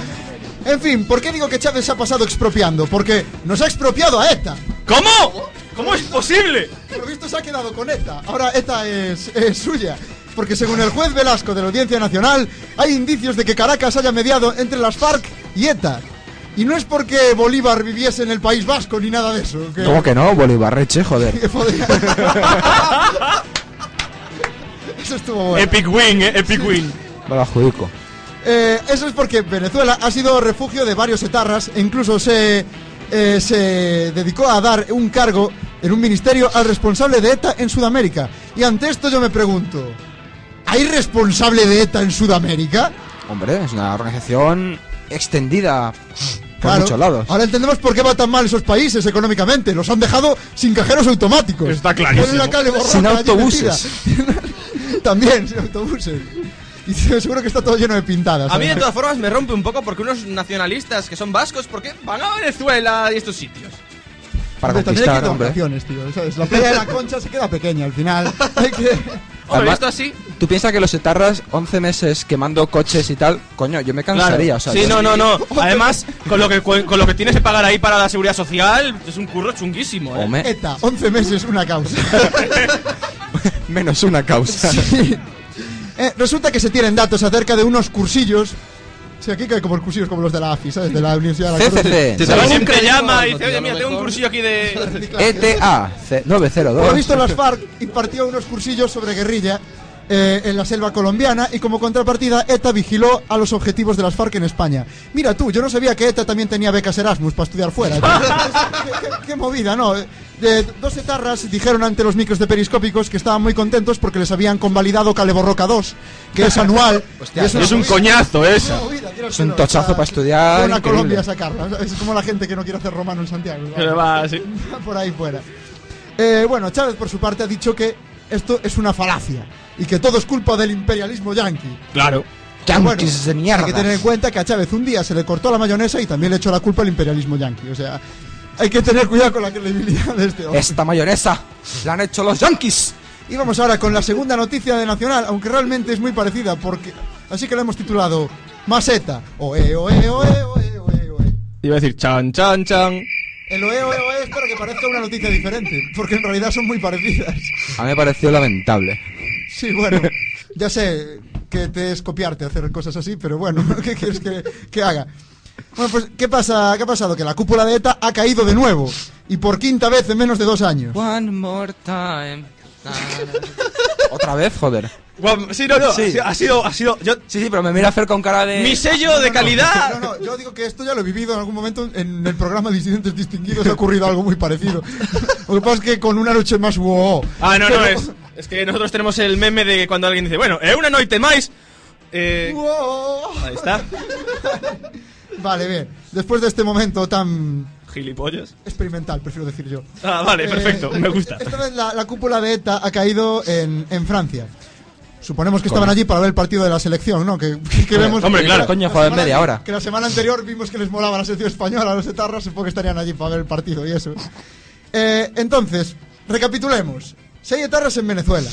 Speaker 4: En fin, ¿por qué digo que Chávez se ha pasado expropiando? Porque nos ha expropiado a ETA.
Speaker 3: ¿Cómo? ¿Cómo es posible?
Speaker 4: Por lo visto se ha quedado con ETA. Ahora ETA es, es suya. Porque según el juez Velasco de la Audiencia Nacional, hay indicios de que Caracas haya mediado entre las FARC y ETA. Y no es porque Bolívar viviese en el País Vasco ni nada de eso. que-
Speaker 5: ¿Cómo que no? Bolivarreche,
Speaker 4: [LAUGHS]
Speaker 5: joder.
Speaker 4: que podría- Eso estuvo bueno.
Speaker 3: Epic Win, eh, Epic Win.
Speaker 5: Me lo adjudico.
Speaker 4: Eh, eso es porque Venezuela ha sido refugio de varios etarras e incluso se, eh, se dedicó a dar un cargo en un ministerio al responsable de ETA en Sudamérica. Y ante esto yo me pregunto, ¿hay responsable de ETA en Sudamérica?
Speaker 5: Hombre, es una organización extendida por muchos lados.
Speaker 4: Ahora entendemos por qué va tan mal esos países económicamente. Los han dejado sin cajeros automáticos.
Speaker 3: Está clarísimo.
Speaker 4: Tienen la calle borraca
Speaker 5: Sin
Speaker 4: allí
Speaker 5: autobuses.
Speaker 4: metida. [LAUGHS] También sin autobuses. Y [LAUGHS] seguro que está todo lleno de pintadas.
Speaker 3: A mí de
Speaker 4: además.
Speaker 3: todas formas me rompe un poco porque unos nacionalistas que son vascos, ¿por qué van a Venezuela y estos sitios?
Speaker 5: Para
Speaker 4: Hombre, también hay que
Speaker 5: conquistar,
Speaker 4: ir de
Speaker 5: hombre.
Speaker 4: vacaciones, tío, ¿sabes?
Speaker 5: [LAUGHS]
Speaker 4: La playa de la concha se queda pequeña al final. Hay que...
Speaker 3: Hombre,
Speaker 5: Además-
Speaker 3: esto así.
Speaker 5: Tú piensas que los etarras, 11 meses quemando coches y tal, coño, yo me cansaría. O sea,
Speaker 3: sí,
Speaker 5: yo-
Speaker 3: no, no,
Speaker 5: [LAUGHS]
Speaker 3: no. Además, con lo que con lo que tienes que pagar ahí para la seguridad social, es un curro chunguísimo, eh.
Speaker 5: Hombre,
Speaker 4: ETA, 11 meses, una
Speaker 5: [LAUGHS]
Speaker 4: causa.
Speaker 5: menos una causa.
Speaker 4: Eh, resulta que se tienen datos acerca de unos cursillos Sí, aquí cae como el cursillo como los de la AFI, ¿sabes? De la Universidad de la
Speaker 5: CCC.
Speaker 4: Corte.
Speaker 5: Te da
Speaker 3: siempre
Speaker 6: un
Speaker 3: llama y
Speaker 6: crédito,
Speaker 3: dice,
Speaker 6: tío,
Speaker 3: oye,
Speaker 6: a lo
Speaker 3: mira, tengo un
Speaker 6: mejor".
Speaker 3: cursillo aquí de...
Speaker 4: [LAUGHS]
Speaker 5: E ETA C- 902.
Speaker 4: Por lo visto, las FARC impartió unos cursillos sobre guerrilla eh, en la selva colombiana y como contrapartida ETA vigiló a los objetivos de las FARC en España. Mira tú, yo no sabía que ETA también tenía becas Erasmus para estudiar fuera.
Speaker 3: [LAUGHS]
Speaker 4: ¿Qué, qué- qué movida, ¿no? Eh, eh, dos etarras dijeron ante los micros de periscópicos que estaban muy contentos porque les habían convalidado Caleborroca 2, que
Speaker 3: [LAUGHS]
Speaker 4: es anual.
Speaker 5: Hostia,
Speaker 4: una
Speaker 3: Es un
Speaker 4: movida-
Speaker 3: coñazo esa.
Speaker 4: una movida, quiero
Speaker 5: Es un
Speaker 4: decirlo, o sea,
Speaker 5: tochazo para estudiar,
Speaker 4: Una
Speaker 5: increíble.
Speaker 4: Colombia a sacarla. ¿sabes? Es como la gente que no quiere hacer romano en Santiago. ¿vale?
Speaker 3: Pero va, sí.
Speaker 4: [LAUGHS] por ahí fuera. Eh, bueno, Chávez por su parte ha dicho que esto es una falacia y que todo es culpa del imperialismo yanqui.
Speaker 3: Claro.
Speaker 4: Pero bueno,
Speaker 5: Yanquis de mierda.
Speaker 4: Hay que tener en cuenta que a Chávez un día se le cortó la mayonesa y también le echó la culpa al imperialismo yanqui. O sea, hay que tener cuidado con la credibilidad de este hombre.
Speaker 5: Esta mayonesa la han hecho los yanquis.
Speaker 4: Y vamos ahora con la segunda noticia de Nacional, aunque realmente es muy parecida porque... Así que la hemos titulado Maseta. Oe, oe, oe, oe, oe, oe.
Speaker 3: Iba a decir chan, chan, chan.
Speaker 4: El oe, oe, oe es para que parezca una noticia diferente, porque en realidad son muy parecidas.
Speaker 5: A mí me pareció lamentable.
Speaker 4: Sí, bueno, ya sé que te es copiarte hacer cosas así, pero bueno, [LAUGHS] ¿qué quieres que, que haga? Bueno, pues, ¿qué, pasa, ¿qué ha pasado? Que la cúpula de ETA ha caído de nuevo, y por quinta vez en menos de dos años.
Speaker 5: One more time. [LAUGHS] Otra vez, joder.
Speaker 3: Guau, Sí, no, no,
Speaker 5: Sí.
Speaker 3: ha sido- ha sido, ha sido, yo...
Speaker 5: Sí, sí, pero me mira Fer con cara de.
Speaker 3: Mi sello de
Speaker 4: Eh, No,
Speaker 3: calidad.
Speaker 4: no, yo digo que esto ya lo he vivido en algún momento en el programa Disidentes Distinguidos ha ocurrido algo muy parecido. Lo que pasa es que con una noche más wow.
Speaker 3: Ah, no, no, es, es que nosotros tenemos el meme de cuando alguien dice, bueno, eh, una noite más. Eh, ahí está,
Speaker 4: Vale, bien. Después de este momento tan
Speaker 3: gilipollas.
Speaker 4: experimental, prefiero decir yo.
Speaker 3: Ah, vale,
Speaker 4: Eh,
Speaker 3: perfecto, me gusta.
Speaker 4: Esta vez la, la cúpula de ETA ha caído en, en Francia. Suponemos que estaban allí para ver el partido de la selección, ¿no? Que, [LAUGHS] que- que vemos.
Speaker 3: hombre, claro.
Speaker 5: Coño,
Speaker 4: la
Speaker 5: joder,
Speaker 4: semana-
Speaker 5: media hora.
Speaker 4: Que la semana anterior vimos que les molaba la selección española a los etarras, supongo que estarían allí para ver el partido y eso. Eh, entonces, recapitulemos: seis etarras en Venezuela,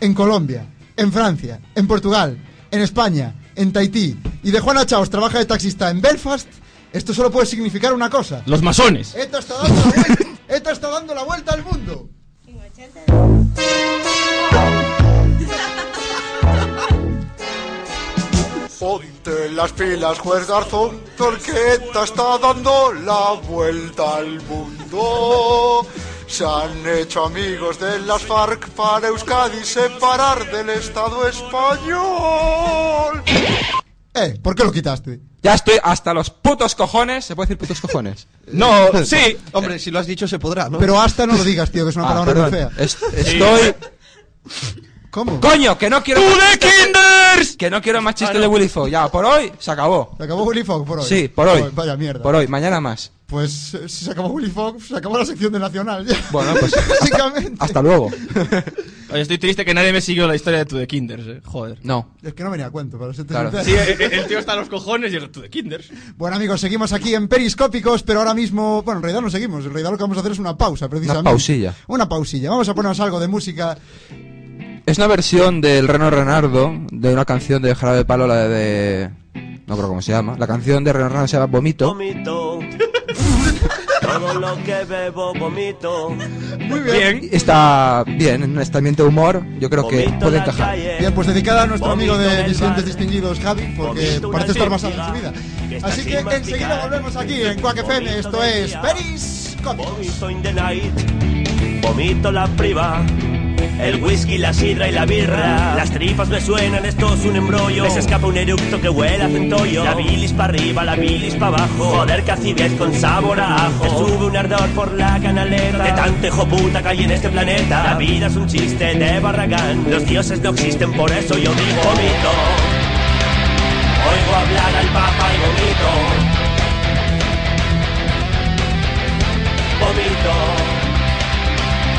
Speaker 4: en Colombia, en Francia, en Portugal, en España, en Tahití y de Juana Chaos trabaja de taxista en Belfast. Esto solo puede significar una cosa:
Speaker 3: Los masones.
Speaker 4: ETA está dando la vuelta, ETA está dando la vuelta al mundo. Ponte las pilas, juez Garzón, porque ETA está dando la vuelta al mundo. Se han hecho amigos de las FARC para Euskadi separar del Estado español. Eh, ¿por qué lo quitaste?
Speaker 5: Ya estoy hasta los putos cojones. ¿Se puede decir putos cojones?
Speaker 3: [LAUGHS] No, sí.
Speaker 6: Hombre, si lo has dicho se podrá, ¿no?
Speaker 4: Pero hasta no lo digas, tío, que es una
Speaker 5: Ah,
Speaker 4: palabra muy fea.
Speaker 5: perdón. Es- estoy.
Speaker 4: ¿Cómo?
Speaker 5: Coño, que no quiero.
Speaker 3: ¡Tú de Kinders!
Speaker 5: Que no quiero más chistes de Willy Fogg. Ya, por hoy se acabó.
Speaker 4: Se acabó Willy Fogg por hoy. Oh,
Speaker 5: Sí, por hoy.
Speaker 4: Vaya mierda.
Speaker 5: Por hoy, mañana más.
Speaker 4: Pues eh, si se acabó Willy Fogg, se acabó la sección de Nacional. ya.
Speaker 5: Bueno, pues,
Speaker 4: [LAUGHS] Básicamente.
Speaker 5: Hasta luego.
Speaker 3: Oye, estoy triste que nadie me siguió la historia de tu de Kinders, eh. Joder.
Speaker 5: No.
Speaker 4: Es que no venía a cuento, pero se te
Speaker 5: Claro.
Speaker 3: Sí, eh, eh, el tío está a los cojones y el tu de Kinders.
Speaker 4: Bueno, amigos, seguimos aquí en Periscópicos, pero ahora mismo. Bueno, en realidad no seguimos. En realidad lo que vamos a hacer es una pausa, precisamente.
Speaker 5: pausilla.
Speaker 4: Una pausilla. Vamos a ponernos algo de música.
Speaker 5: Es una versión del Reno Renardo de una canción de Jarabe de Palo, la de. No creo cómo se llama. La canción de Reno Renardo se llama Vomito.
Speaker 2: Vomito.
Speaker 6: [LAUGHS]
Speaker 2: Todo lo que bebo, vomito.
Speaker 4: Muy bien.
Speaker 3: Bien.
Speaker 5: Está bien, en este ambiente de humor, yo creo que
Speaker 2: Vomito en
Speaker 5: puede
Speaker 2: la
Speaker 5: encajar.
Speaker 2: calle.
Speaker 4: Bien, pues dedicada a nuestro
Speaker 2: Vomito
Speaker 4: amigo
Speaker 2: en
Speaker 4: de
Speaker 2: el
Speaker 4: Disidentes
Speaker 2: bar.
Speaker 4: Distinguidos, Javi, porque
Speaker 2: Vomito
Speaker 4: parece estar
Speaker 2: una
Speaker 4: más en su vida.
Speaker 2: chica que está
Speaker 4: Así
Speaker 2: sin
Speaker 4: que enseguida
Speaker 2: masticar.
Speaker 4: volvemos aquí en Quack FM. Esto
Speaker 2: Vomito de
Speaker 4: es
Speaker 2: día.
Speaker 4: Periscópicos.
Speaker 2: Vomito in the night. Vomito la priva. El whisky, la sidra y la birra. Las tripas me suenan, esto es un embrollo. Les escapa un eructo que huele a centollo. La bilis para arriba, la bilis para abajo. Joder, cacibes con sabor a ajo. Te sube un ardor por la canaleta. De tanto hijo puta que hay en este planeta. La vida es un chiste de barragán. Los dioses no existen, por eso yo digo vomito. Oigo hablar al papa y vomito. vomito.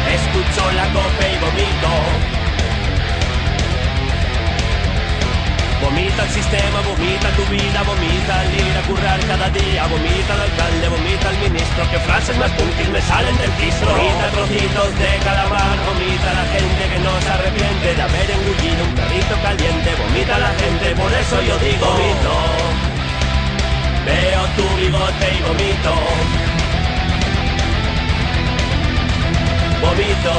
Speaker 2: Escucho la cope y vomito. Vomita el sistema, vomita tu vida, vomita al ir a currar cada día, vomita al alcalde, vomita al ministro, que frases más punkis me salen del piso. Vomita trocitos de calamar, vomita la gente que no se arrepiente de haber engullido un perrito caliente, vomita la gente, por eso yo digo vomito. Veo tu bigote y vomito. vomito.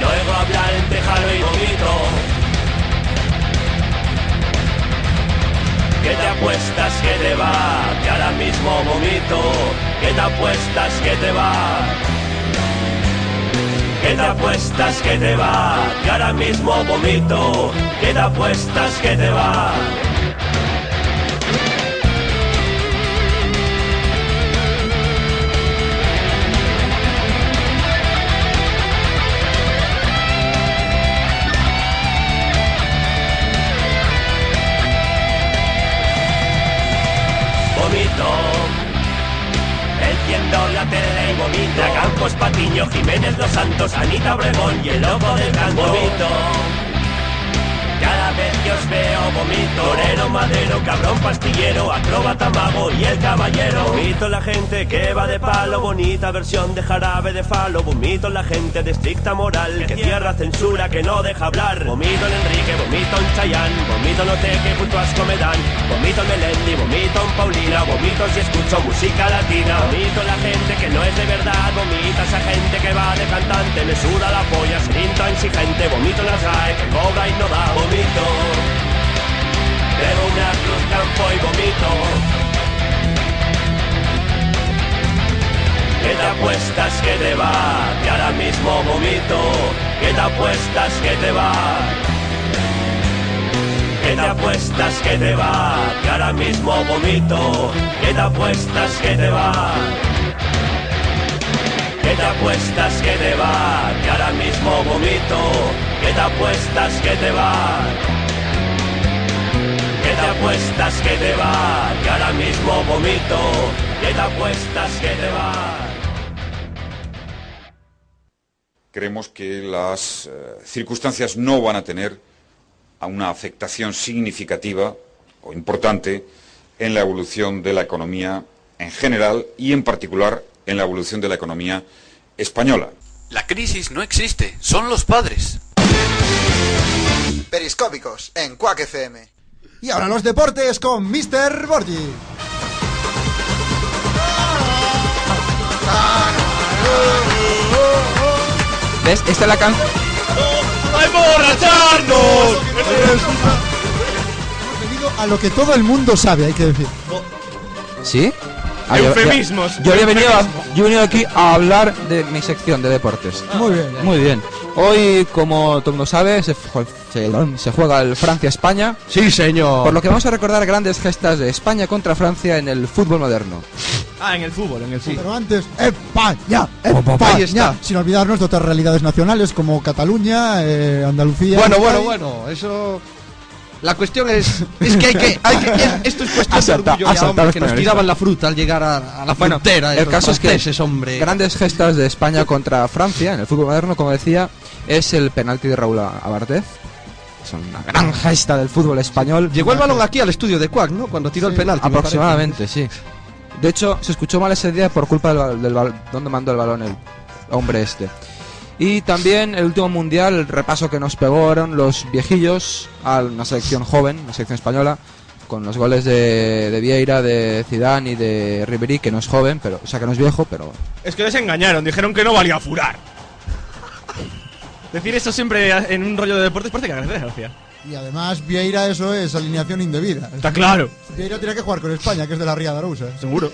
Speaker 2: Yo oigo hablar en tejano y vomito.
Speaker 3: que te apuestas que te va, que ahora mismo vomito, que te apuestas que te va, que te apuestas que te va, que ahora mismo vomito, que te apuestas que te va. Vomito. Enciendo la tele y vomito. A Campos, Patiño, Jiménez, Los Santos, Anita Obregón y el loco del canto. Vomito. Cada vez que os veo vomito. Torero, madero, cabrón, pastillero, acróbata, mago y el caballero. Vomito la gente que va de palo, bonita versión de jarabe de falo. Vomito la gente de estricta moral, que cierra censura, que no deja hablar. Vomito en Enrique, vomito en Chayanne, vomito en Oteque, puto asco me dan. Vomito en Melendi, vomito en Paulina, vomito si escucho música latina. Vomito la gente que no es de verdad, vomita esa gente que va de cantante. Me suda la polla, soy intransigente, vomito en la SAE, que cobra y no da. Vomito, bebo una cruz campo y vomito. que te apuestas que te va, que ahora mismo vomito, que te apuestas que te va, que te apuestas que te va, que ahora mismo vomito, que te apuestas que te va, que te apuestas que te va, que ahora mismo vomito, que te apuestas que te va. Que te apuestas que te va, que ahora mismo vomito, que te apuestas que te va.
Speaker 7: creemos que las eh, circunstancias no van a tener a una afectación significativa o importante en la evolución de la economía en general y en particular en la evolución de la economía española.
Speaker 10: La crisis no existe, son los padres.
Speaker 4: Periscópicos en Quack FM. Y ahora los deportes con Mr. Borgi.
Speaker 5: ¿Ves? Esta es la canción.
Speaker 11: ¡A emborracharnos!
Speaker 4: A lo que todo el mundo sabe, hay que decir.
Speaker 5: ¿Sí? Ah,
Speaker 11: Eufemismos.
Speaker 5: Yo, yo había venido a- yo he venido aquí a hablar de mi sección de deportes.
Speaker 4: Muy bien.
Speaker 5: Muy bien. Hoy, como todo el mundo sabe, se, ju- se- se juega el Francia-España.
Speaker 6: Sí, señor.
Speaker 5: Por lo que vamos a recordar grandes gestas de España contra Francia en el fútbol moderno.
Speaker 11: Ah, en el fútbol, en el fútbol.
Speaker 4: Pero antes, España,
Speaker 6: ahí está.
Speaker 4: España. Sin olvidarnos de otras realidades nacionales como Cataluña, eh, Andalucía.
Speaker 6: Bueno, bueno,
Speaker 4: Euskadi.
Speaker 6: bueno, eso. La cuestión es. Es que hay que. hay que-
Speaker 5: [LAUGHS]
Speaker 6: es- esto es cuestión
Speaker 5: Asalta-
Speaker 6: de orgullo ya,
Speaker 5: asaltar
Speaker 6: hombre, que nos
Speaker 5: españolistas.
Speaker 6: tiraban la fruta al llegar a, a la
Speaker 5: Bueno,
Speaker 6: frontera.
Speaker 5: el
Speaker 6: esos
Speaker 5: caso es eh, que
Speaker 6: franceses, hombre.
Speaker 5: Grandes gestas de España contra Francia en el fútbol moderno, como decía, es el penalti de Raúl Abartez. Es una gran gesta del fútbol español.
Speaker 6: Llegó el balón aquí al estudio de Cuac, ¿no? Cuando tiró el penalti. me
Speaker 5: Aproximadamente, sí. De hecho, se escuchó mal ese día por culpa del, bal- del bal- donde mandó el balón el hombre este. Y también el último mundial, el repaso que nos pegaron los viejillos a una selección joven, una selección española, con los goles de, de Vieira, de Zidane y de Ribery, que no es joven, pero, o sea que no es viejo, pero
Speaker 11: Es que les engañaron, dijeron que no valía furar. Decir eso siempre en un rollo de deportes parece que agradece gracia.
Speaker 4: Y además, Vieira, eso es alineación indebida.
Speaker 11: Está claro.
Speaker 4: Vieira tiene que jugar con España, que es de la Ría de Arousa.
Speaker 11: Seguro.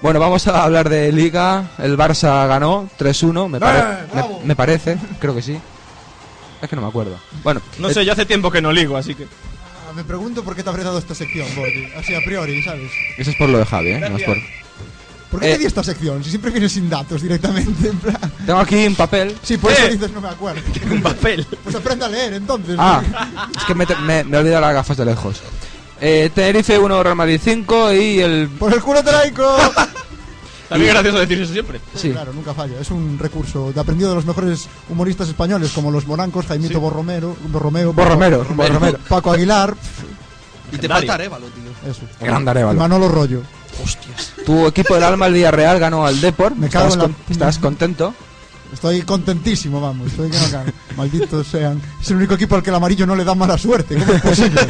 Speaker 5: Bueno, vamos a hablar de Liga. El Barça ganó 3-1, me, pare-
Speaker 4: ¡Eh,
Speaker 5: me-
Speaker 4: bravo!
Speaker 5: me parece, creo que sí. Es que no me acuerdo. Bueno,
Speaker 11: No
Speaker 5: eh,
Speaker 11: sé, yo hace tiempo que no ligo, así que.
Speaker 4: Ah, Me pregunto por qué te habré dado esta sección, Borgi. Así a priori, ¿sabes?
Speaker 5: eso es por lo de Javi, ¿eh? No es por-
Speaker 4: ¿Por qué
Speaker 5: Eh.
Speaker 4: te di esta sección? Si siempre vienes sin datos directamente, en plan.
Speaker 5: Tengo aquí un papel.
Speaker 4: Sí, por eso
Speaker 11: Eh.
Speaker 4: dices no me acuerdo. [LAUGHS]
Speaker 11: Un papel.
Speaker 4: Pues aprenda a leer entonces.
Speaker 5: Ah, es que me, te- me, me he olvidado las gafas de lejos. Eh, Tenerife 1, Real Madrid 5 y el...
Speaker 4: Por el culo traico.
Speaker 6: [LAUGHS]
Speaker 11: También es gracioso decir eso siempre.
Speaker 5: Sí,
Speaker 4: Claro, nunca falla. Es un recurso de aprendido de los mejores humoristas españoles, como los morancos, Jaimito Borromero, Borromeo,
Speaker 5: Borromero, Borromero.
Speaker 4: Paco
Speaker 5: [LAUGHS]
Speaker 4: Aguilar,
Speaker 6: Y te falta Arévalo, tío.
Speaker 4: eso.
Speaker 5: Gran Darévalo.
Speaker 4: Manolo Rollo.
Speaker 6: Hostias.
Speaker 5: Tu equipo del alma, el Villarreal, ganó al Deport.
Speaker 4: Me cago
Speaker 5: Estabas
Speaker 4: en la-
Speaker 5: con- estabas contento.
Speaker 4: Estoy contentísimo, vamos. Estoy que no
Speaker 5: [LAUGHS]
Speaker 4: cago. Malditos sean. Es el único equipo al que el amarillo no le da mala suerte. ¿Cómo es
Speaker 5: [LAUGHS]
Speaker 4: posible?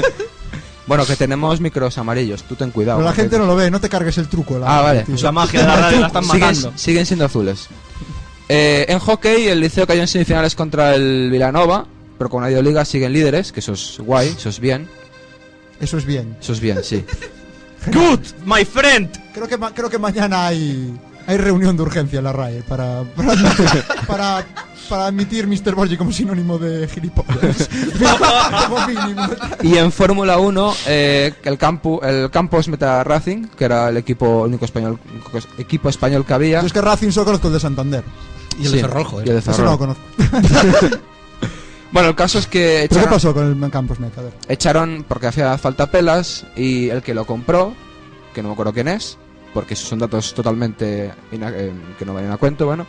Speaker 5: Bueno, que tenemos micros amarillos. Tú ten cuidado.
Speaker 4: Pero la
Speaker 5: porque-
Speaker 4: gente no lo ve, no te cargues el truco. la
Speaker 5: pues. Ah,
Speaker 4: verdad,
Speaker 5: vale.
Speaker 4: tío.
Speaker 11: La magia de la radio la están
Speaker 5: siguen,
Speaker 11: matando.
Speaker 5: siguen siendo azules. Eh, en hockey, el Liceo cayó en semifinales contra el Villanova, pero con la Liga siguen líderes, que eso es guay, eso es bien.
Speaker 4: Eso es bien.
Speaker 5: Eso es bien, sí.
Speaker 4: Good, my friend. Creo que, ma- creo que mañana hay, hay reunión de urgencia en la RAE para, para, admitir- para, para admitir Mr. Borgi como sinónimo de gilipollas. como mínimo.
Speaker 5: Y en Fórmula 1, eh, el, campo, el Campos Meta Racing, que era el equipo el único español, único equipo español que había.
Speaker 4: Yo es que Racing solo conozco el de Santander.
Speaker 5: Y el de Sí, Ferrol,
Speaker 6: ¿eh?
Speaker 5: joder. y el de
Speaker 4: Eso
Speaker 5: Ferrol.
Speaker 4: no lo conozco.
Speaker 5: Bueno, el caso es que
Speaker 4: ¿Pero qué
Speaker 5: echaron,
Speaker 4: pasó con el Campos Net? A ver.
Speaker 5: echaron porque hacía falta pelas y el que lo compró, que no me acuerdo quién es, porque esos son datos totalmente ina- eh, que no vayan a cuento, bueno,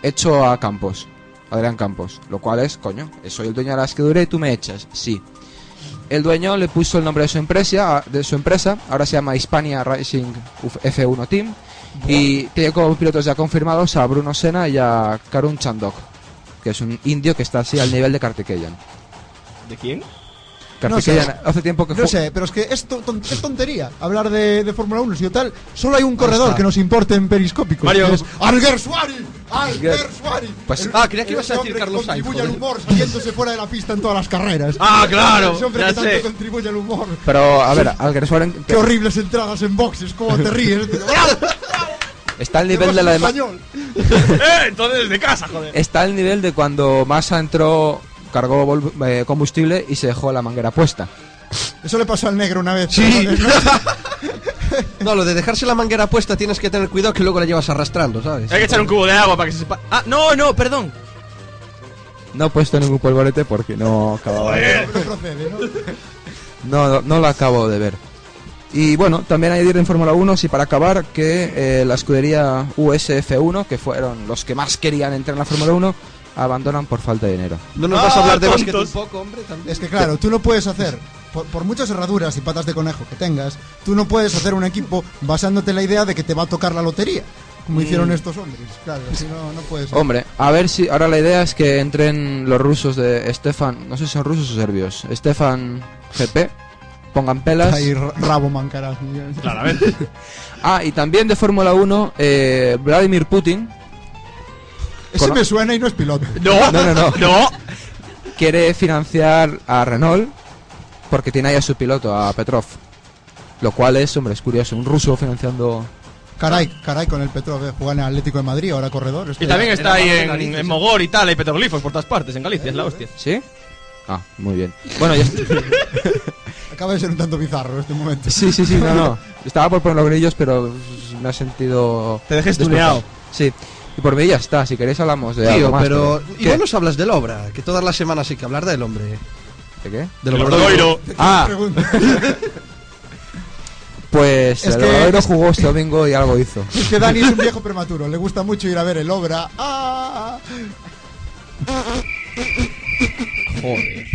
Speaker 5: echó a Campos, Adrián Campos, lo cual es, coño, eh, soy el dueño de la esquidura y tú me echas, sí. El dueño le puso el nombre de su empresa, ah, de su empresa ahora se llama Hispania Racing Uf- F1 Team, y tiene como pilotos ya confirmados a Bruno Senna y a Karun Chandok, que es un indio que está así al nivel de Kartikeyan.
Speaker 11: [LAUGHS]
Speaker 3: ¿De quién?
Speaker 4: No sé.
Speaker 5: Kartikeyan hace tiempo que
Speaker 4: No
Speaker 5: ju-
Speaker 4: sé, pero es que es, to- ton- es tontería hablar de, de Fórmula 1 y tal. Solo hay un corredor
Speaker 5: está.
Speaker 4: que nos importe en periscópicos.
Speaker 5: Mario.
Speaker 4: que es Alguer Suárez. Alguer
Speaker 5: Alguer.
Speaker 4: Suárez.
Speaker 5: Pues-
Speaker 4: El-
Speaker 5: Ah, creía que
Speaker 4: el
Speaker 5: ibas a decir
Speaker 4: hombre que
Speaker 5: Carlos Sainz,
Speaker 4: Contribuye al
Speaker 5: joder.
Speaker 4: humor saliéndose fuera de la pista en todas las carreras.
Speaker 5: Ah, claro,
Speaker 4: Ese hombre
Speaker 5: ya
Speaker 4: que tanto
Speaker 5: sé.
Speaker 4: contribuye al humor.
Speaker 5: Pero, a ver, Alger Suárez
Speaker 4: Qué horribles entradas en boxes, cómo te
Speaker 5: [LAUGHS]
Speaker 4: ríes. ¡Bravo!
Speaker 5: está al nivel de la demás.
Speaker 4: español.
Speaker 3: ¡Eh! Entonces, de casa, joder.
Speaker 5: Está al nivel de cuando Massa entró, cargó vol- eh, combustible y se dejó la manguera puesta.
Speaker 4: Eso le pasó al negro una vez.
Speaker 6: Sí. No, lo de dejarse la manguera puesta tienes que tener cuidado que luego la llevas arrastrando, ¿sabes?
Speaker 3: Hay que echar un cubo de agua para que se sepa. Ah, no, no, perdón.
Speaker 5: No he puesto ningún polvorete porque no acababa de [LAUGHS] ver.
Speaker 4: No procede, ¿no?
Speaker 5: No, no, no lo acabo de ver. Y bueno, también añadir en Fórmula 1, si para acabar, que eh, la escudería USF1, que fueron los que más querían entrar en la Fórmula 1, abandonan por falta de dinero.
Speaker 6: No nos vas a hablar de básquet
Speaker 4: tontos.
Speaker 6: un poco, hombre, también.
Speaker 5: Este,
Speaker 4: Es que claro, tú no puedes hacer, por, por muchas herraduras y patas de conejo que tengas, tú no puedes hacer un equipo basándote en la idea de que te va a tocar la lotería, como hicieron
Speaker 5: Mm.
Speaker 4: estos hombres. Claro, así no, no puedes.
Speaker 5: Hombre, a ver si ahora la idea es que entren los rusos de Stefan, no sé si son rusos o serbios, Stefan GP, pongan pelas.
Speaker 4: Ahí ra- rabo mancarás.
Speaker 3: Claramente.
Speaker 5: Ah, y también de Fórmula 1, eh, Vladimir Putin.
Speaker 4: Ese
Speaker 5: Cono-
Speaker 4: me suena y no es piloto.
Speaker 5: No, no, no. Quiere financiar a Renault porque tiene ahí a su piloto, a Petrov. Lo cual es, hombre, es curioso. Un ruso financiando.
Speaker 4: Caray, caray con el Petrov, eh, juega en el Atlético de Madrid, ahora corredor. esto
Speaker 3: Y
Speaker 4: ya-
Speaker 3: también está ahí en,
Speaker 4: narices,
Speaker 3: en Mogor y tal, hay petroglifos por todas partes, en Galicia, es la hostia.
Speaker 5: ¿Sí? Ah, muy bien. Bueno, ya.
Speaker 4: Acaba de ser un tanto bizarro este momento.
Speaker 5: Pues Sí, sí, sí,
Speaker 4: [LAUGHS]
Speaker 5: no, no. Estaba por poner los grillos, pero me ha sentido.
Speaker 4: Te dejé
Speaker 5: desplazado.
Speaker 4: estuneado.
Speaker 5: Sí. Y por mí ya está. Si queréis, hablamos de algo
Speaker 6: Tío,
Speaker 5: más,
Speaker 6: pero. ¿Y
Speaker 5: ¿Qué?
Speaker 6: no nos hablas del obra? Que todas las semanas hay que hablar del hombre.
Speaker 5: ¿De qué?
Speaker 6: Del
Speaker 5: Obradoiro. Ah. [LAUGHS] Pues
Speaker 4: Es
Speaker 5: el
Speaker 4: que-
Speaker 5: Obradoiro jugó este domingo y algo hizo.
Speaker 4: Es que Dani es un viejo prematuro, le gusta mucho ir a ver el obra. ¡Ah!
Speaker 5: Joder.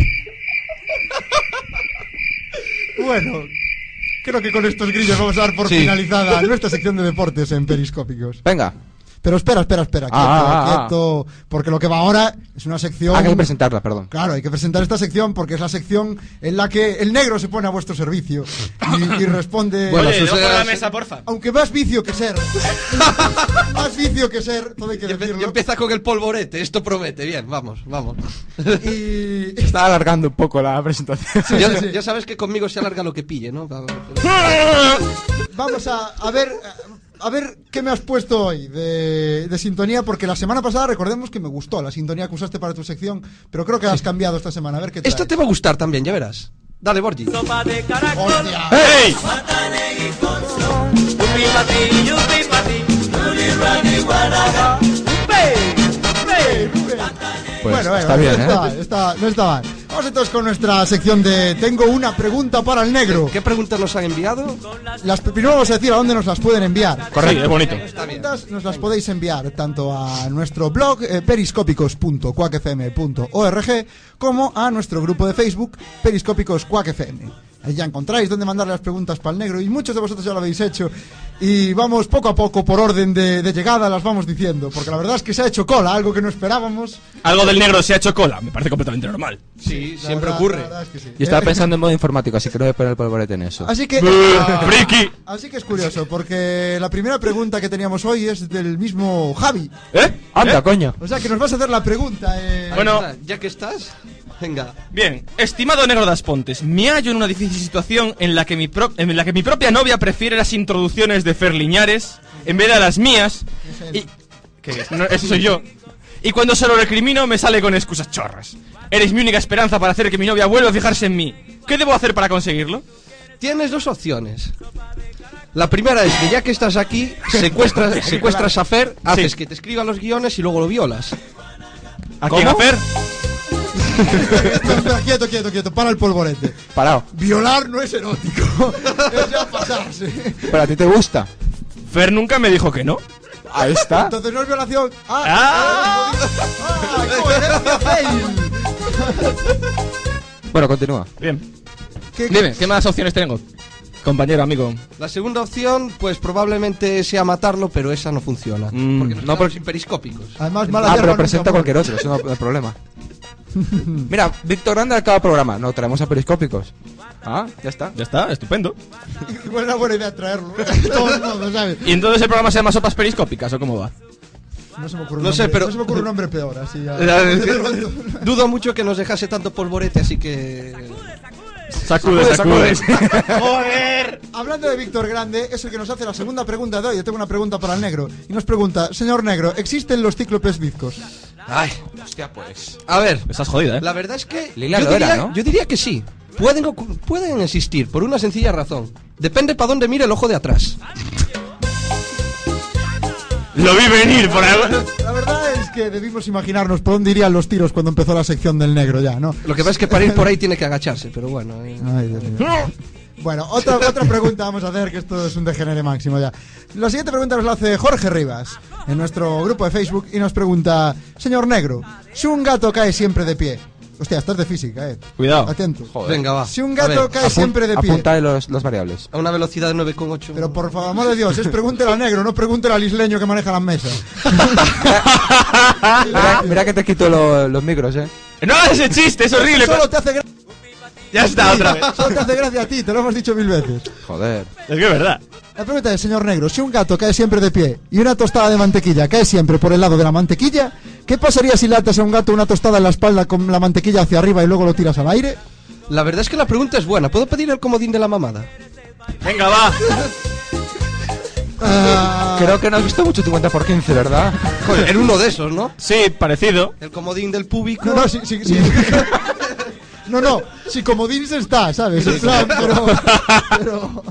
Speaker 4: Bueno, creo que con estos grillos vamos a dar por
Speaker 5: Sí.
Speaker 4: finalizada nuestra sección de deportes en periscópicos.
Speaker 5: Venga.
Speaker 4: Pero espera, espera, espera, quieto,
Speaker 5: Ah, ah, ah.
Speaker 4: quieto, porque lo que va ahora es una sección...
Speaker 5: Hay que
Speaker 4: [LAUGHS]
Speaker 5: presentarla, perdón.
Speaker 4: Claro, hay que presentar esta sección porque es la sección en la que el negro se pone a vuestro servicio y, y responde...
Speaker 3: Oye, debajo de la mesa, porfa.
Speaker 4: Aunque más vicio que
Speaker 6: [LAUGHS]
Speaker 4: ser, más vicio que ser, todo hay que
Speaker 6: Y
Speaker 4: decirlo.
Speaker 6: empieza con el polvorete, esto promete. Bien, vamos, vamos.
Speaker 4: Y... [LAUGHS]
Speaker 5: Está alargando un poco la
Speaker 6: [LAUGHS]
Speaker 5: presentación.
Speaker 6: ya, ya sabes que conmigo se alarga lo que pille, ¿no?
Speaker 4: Vamos a, a ver a ver qué me has puesto hoy de, de sintonía, porque la semana pasada recordemos que me gustó la sintonía que usaste para tu sección, pero creo que la has cambiado esta semana. A ver qué
Speaker 6: Esto te va a gustar también, ya verás. Dale, Borgi.
Speaker 3: ¡Ey!
Speaker 5: Pues
Speaker 4: bueno,
Speaker 5: está
Speaker 4: bueno,
Speaker 5: bien,
Speaker 4: no
Speaker 5: ¿eh?
Speaker 4: está mal, está- no está mal. Vamos entonces con nuestra sección de Tengo una pregunta para el negro.
Speaker 6: ¿Qué preguntas nos han enviado?
Speaker 4: Las, primero vamos a decir a dónde nos las pueden enviar.
Speaker 3: Correcto, es bonito.
Speaker 6: Está bien.
Speaker 4: Preguntas nos las podéis enviar tanto a nuestro blog eh, periscópicos.cuacfm.org como a nuestro grupo de Facebook Periscópicos Cuac FM. Ahí ya encontráis dónde mandar las preguntas para el negro y muchos de vosotros ya lo habéis hecho. Y vamos poco a poco, por orden de, de llegada, las vamos diciendo, porque la verdad es que se ha hecho cola, algo que no esperábamos.
Speaker 3: Algo del negro se ha hecho cola, me parece completamente normal.
Speaker 6: Sí,
Speaker 4: La
Speaker 6: siempre
Speaker 4: verdad- la
Speaker 6: ocurre.
Speaker 4: verdad es que sí.
Speaker 5: Yo
Speaker 4: [LAUGHS]
Speaker 5: estaba
Speaker 4: Eh,
Speaker 5: pensando en modo informático, así que no voy a poner el polvorete en eso.
Speaker 4: Así
Speaker 3: [LAUGHS]
Speaker 4: que... [LAUGHS]
Speaker 3: ¡Friki!
Speaker 4: Así que es curioso, porque la primera pregunta que teníamos hoy es del mismo Javi.
Speaker 3: ¿Eh?
Speaker 5: ¡Anda, coño!
Speaker 4: O sea que nos vas a hacer la pregunta. eh,
Speaker 6: Ahí
Speaker 3: Bueno.
Speaker 6: está, ya que estás. Venga.
Speaker 3: Bien, estimado negro das Pontes, me hallo en una difícil situación en la que mi, pro- en la que mi propia novia prefiere las introducciones de Ferliñares en vez de las mías. Y, ¿Qué es? No, eso soy yo. Y cuando se lo recrimino me sale con excusas chorras. Eres mi única esperanza para hacer que mi novia vuelva a fijarse en mí. ¿Qué debo hacer para conseguirlo?
Speaker 6: Tienes dos opciones. La primera es que ya que estás aquí,
Speaker 5: [LAUGHS]
Speaker 6: secuestras, secuestras a Fer, haces que te escriba los guiones y luego lo violas.
Speaker 3: ¿A quién, a Fer?
Speaker 4: Espera, espera, [LAUGHS] quieto, quieto, quieto. Para el polvorete.
Speaker 5: Parado.
Speaker 4: Violar no es erótico. [LAUGHS] es ya pasarse.
Speaker 5: Pero a ti te gusta.
Speaker 3: Fer nunca me dijo que no.
Speaker 5: Ahí está.
Speaker 4: Entonces no es violación.
Speaker 3: ¡Ah!
Speaker 4: ¡Ah! ah coherencia fail!
Speaker 5: Bueno, continúa.
Speaker 3: Bien. Dime, ¿qué más opciones tengo? Compañero, amigo.
Speaker 6: La segunda opción, pues probablemente sea matarlo, pero esa no funciona.
Speaker 5: Mm,
Speaker 6: porque no por sin periscópicos.
Speaker 4: Además, mala
Speaker 5: Ah,
Speaker 4: hierba
Speaker 5: pero
Speaker 4: nunca
Speaker 5: presenta
Speaker 4: muere.
Speaker 5: cualquier otro, eso no es problema. Mira, Víctor Grande al cada programa. No, traemos a periscópicos. Ah, ya está.
Speaker 3: Ya está, estupendo.
Speaker 4: [LAUGHS] Igual era buena idea traerlo. ¿eh? [LAUGHS] De todos modos, ¿sabes?
Speaker 3: ¿Y entonces el programa se llama Sopas Periscópicas o cómo va?
Speaker 4: No se me ocurre un
Speaker 6: No
Speaker 4: nombre,
Speaker 6: sé, pero-
Speaker 4: no se me ocurre un nombre peor. Así ya. [LAUGHS]
Speaker 6: La- Dudo mucho que nos dejase tanto polvorete, así que.
Speaker 3: Sacude, sacude.
Speaker 4: ¡Joder! Hablando de Víctor Grande, es el que nos hace la segunda pregunta de hoy. Yo tengo una pregunta para el negro. Y nos pregunta, señor negro, ¿existen los cíclopes bizcos?
Speaker 6: Ay,
Speaker 5: Hostia, pues.
Speaker 6: a ver,
Speaker 3: Estás jodida, ¿eh?
Speaker 6: la verdad es que.
Speaker 5: Lila
Speaker 6: yo,
Speaker 5: lo era,
Speaker 6: diría,
Speaker 5: ¿no?
Speaker 6: yo diría que sí. Pueden, ocu- pueden existir, por una sencilla razón. Depende para dónde mire el ojo de atrás.
Speaker 3: Lo vi venir por algo.
Speaker 4: La verdad es que debimos imaginarnos por dónde irían los tiros cuando empezó la sección del negro ya, ¿no?
Speaker 6: Lo que pasa es que para ir por ahí tiene que agacharse, pero bueno. eh.
Speaker 4: Ay, Dios mío. Bueno, otra, otra pregunta vamos a hacer, que esto es un degenere máximo ya. La siguiente pregunta nos la hace Jorge Rivas, en nuestro grupo de Facebook, y nos pregunta, señor negro, si un gato cae siempre de pie... Hostia, estás de física, eh.
Speaker 3: Cuidado.
Speaker 4: Atento.
Speaker 6: Venga, va.
Speaker 4: Si un
Speaker 6: A
Speaker 4: gato
Speaker 6: ver,
Speaker 4: cae siempre de pie...
Speaker 5: Apunta ahí los, las variables.
Speaker 6: A una velocidad de 9,8.
Speaker 4: Pero por favor, amor de Dios, es pregúntela al negro, no pregúntela al isleño que maneja las mesas.
Speaker 3: [LAUGHS]
Speaker 5: Mira, mira que te quito lo- los micros, eh.
Speaker 3: No, ese chiste es horrible.
Speaker 4: Solo te, hace gra-
Speaker 3: Ya está, otra vez.
Speaker 4: solo te hace gracia a ti, te lo hemos dicho mil veces.
Speaker 5: Joder.
Speaker 3: Es que es verdad.
Speaker 4: La pregunta es, señor negro, si un gato cae siempre de pie y una tostada de mantequilla cae siempre por el lado de la mantequilla, ¿qué pasaría si le atas a un gato una tostada en la espalda con la mantequilla hacia arriba y luego lo tiras al aire?
Speaker 6: La verdad es que la pregunta es buena. ¿Puedo pedir el comodín de la mamada?
Speaker 3: Venga, va.
Speaker 4: Ah,
Speaker 5: Creo que no has visto mucho 50 por 15, ¿verdad?
Speaker 6: Joder, en uno de esos, ¿no?
Speaker 3: Sí, parecido.
Speaker 6: El comodín del público.
Speaker 4: no, no, si, si-
Speaker 5: [LAUGHS]
Speaker 4: si- no, no, si comodín se está, ¿sabes? En plan, pero, pero-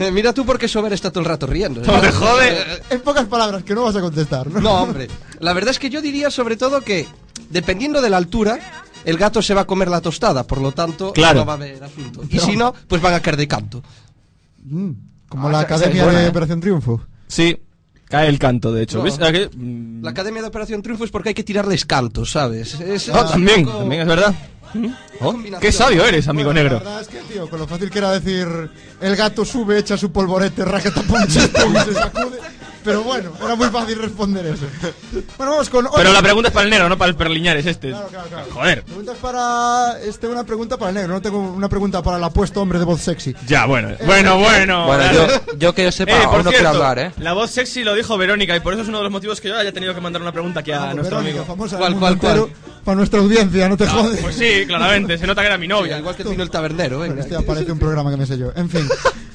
Speaker 6: Eh, mira tú por qué Sober está todo el rato riendo. ¿eh?
Speaker 3: Joder, joder.
Speaker 4: En pocas palabras, que no vas a contestar, ¿no?
Speaker 6: No, hombre. La verdad es que yo diría sobre todo que, dependiendo de la altura, el gato se va a comer la tostada, por lo tanto,
Speaker 3: Claro.
Speaker 6: no va a haber asunto. Y si no, pues van a caer de canto.
Speaker 4: Mm, Como
Speaker 5: Ah,
Speaker 4: la
Speaker 5: esa- esa es
Speaker 4: Academia
Speaker 5: buena,
Speaker 4: de
Speaker 5: ¿eh?
Speaker 4: Operación Triunfo.
Speaker 3: Sí. Cae el canto, de hecho.
Speaker 6: No.
Speaker 3: ¿Ves? Ah, que-
Speaker 6: La Academia de Operación Triunfo es porque hay que tirarles cantos, ¿sabes? Es-
Speaker 3: Oh,
Speaker 6: es
Speaker 3: también,
Speaker 6: un poco-
Speaker 3: también es verdad. Oh,
Speaker 6: combinación.
Speaker 3: qué sabio eres, amigo
Speaker 4: Bueno, La
Speaker 3: negro.
Speaker 4: verdad es que, tío, con lo fácil que era decir el gato sube, echa su polvorete, rajata ponche y se sacude. Pero bueno, era muy fácil responder eso. Bueno, vamos con.
Speaker 3: Pero la pregunta es para el negro, no para el perliñares este.
Speaker 4: Claro, claro, claro.
Speaker 3: Joder.
Speaker 4: Preguntas para. Este, una pregunta para el negro, no tengo una pregunta para el apuesto hombre de voz sexy.
Speaker 3: Ya, bueno. Bueno, bueno.
Speaker 5: Bueno, yo, yo que yo sepa,
Speaker 3: Eh, por
Speaker 5: aún no quiero
Speaker 3: cierto,
Speaker 5: hablar, eh.
Speaker 3: la voz sexy lo dijo Verónica y por eso es uno de los motivos que yo haya tenido que mandar una pregunta aquí a
Speaker 4: Vamos,
Speaker 3: nuestro
Speaker 4: Verónica,
Speaker 3: amigo.
Speaker 4: famosa del
Speaker 6: ¿Cuál,
Speaker 4: mundo
Speaker 6: cuál,
Speaker 4: entero, Para nuestra audiencia, no te jodes.
Speaker 3: Pues sí, claramente, se nota que era mi
Speaker 6: Oye,
Speaker 3: novia.
Speaker 6: igual que el vino el tabernero,
Speaker 4: Bueno,
Speaker 6: venga.
Speaker 4: este aparece un programa que me sé yo.
Speaker 3: [LAUGHS]
Speaker 4: En fin.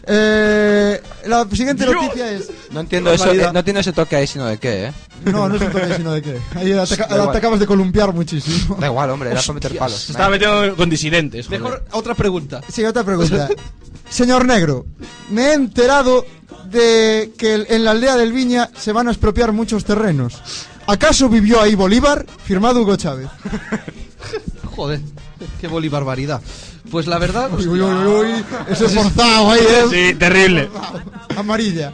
Speaker 4: Eh, la siguiente noticia es.
Speaker 5: No entiendo eso, eh, no entiendo ese toque ahí, sino de qué, eh.
Speaker 4: No, no es un toque, sino de qué. Ahí ataca-
Speaker 5: Da igual.
Speaker 4: te acabas de columpiar muchísimo.
Speaker 5: Da igual, hombre, era para meter palos.
Speaker 3: Se estaba metiendo con disidentes. joder.
Speaker 6: Mejor otra pregunta.
Speaker 4: Sí, otra pregunta. Señor Negro, me he enterado de que el- en la aldea del Viña se van a expropiar muchos terrenos. ¿Acaso vivió ahí Bolívar? Firmado Hugo Chávez. [LAUGHS]
Speaker 6: Joder, qué bolibarbaridad. Pues la verdad,
Speaker 4: Uy, uy, uy, uy, ese forzado ahí, ¿eh?
Speaker 3: Sí, terrible.
Speaker 4: Amarilla.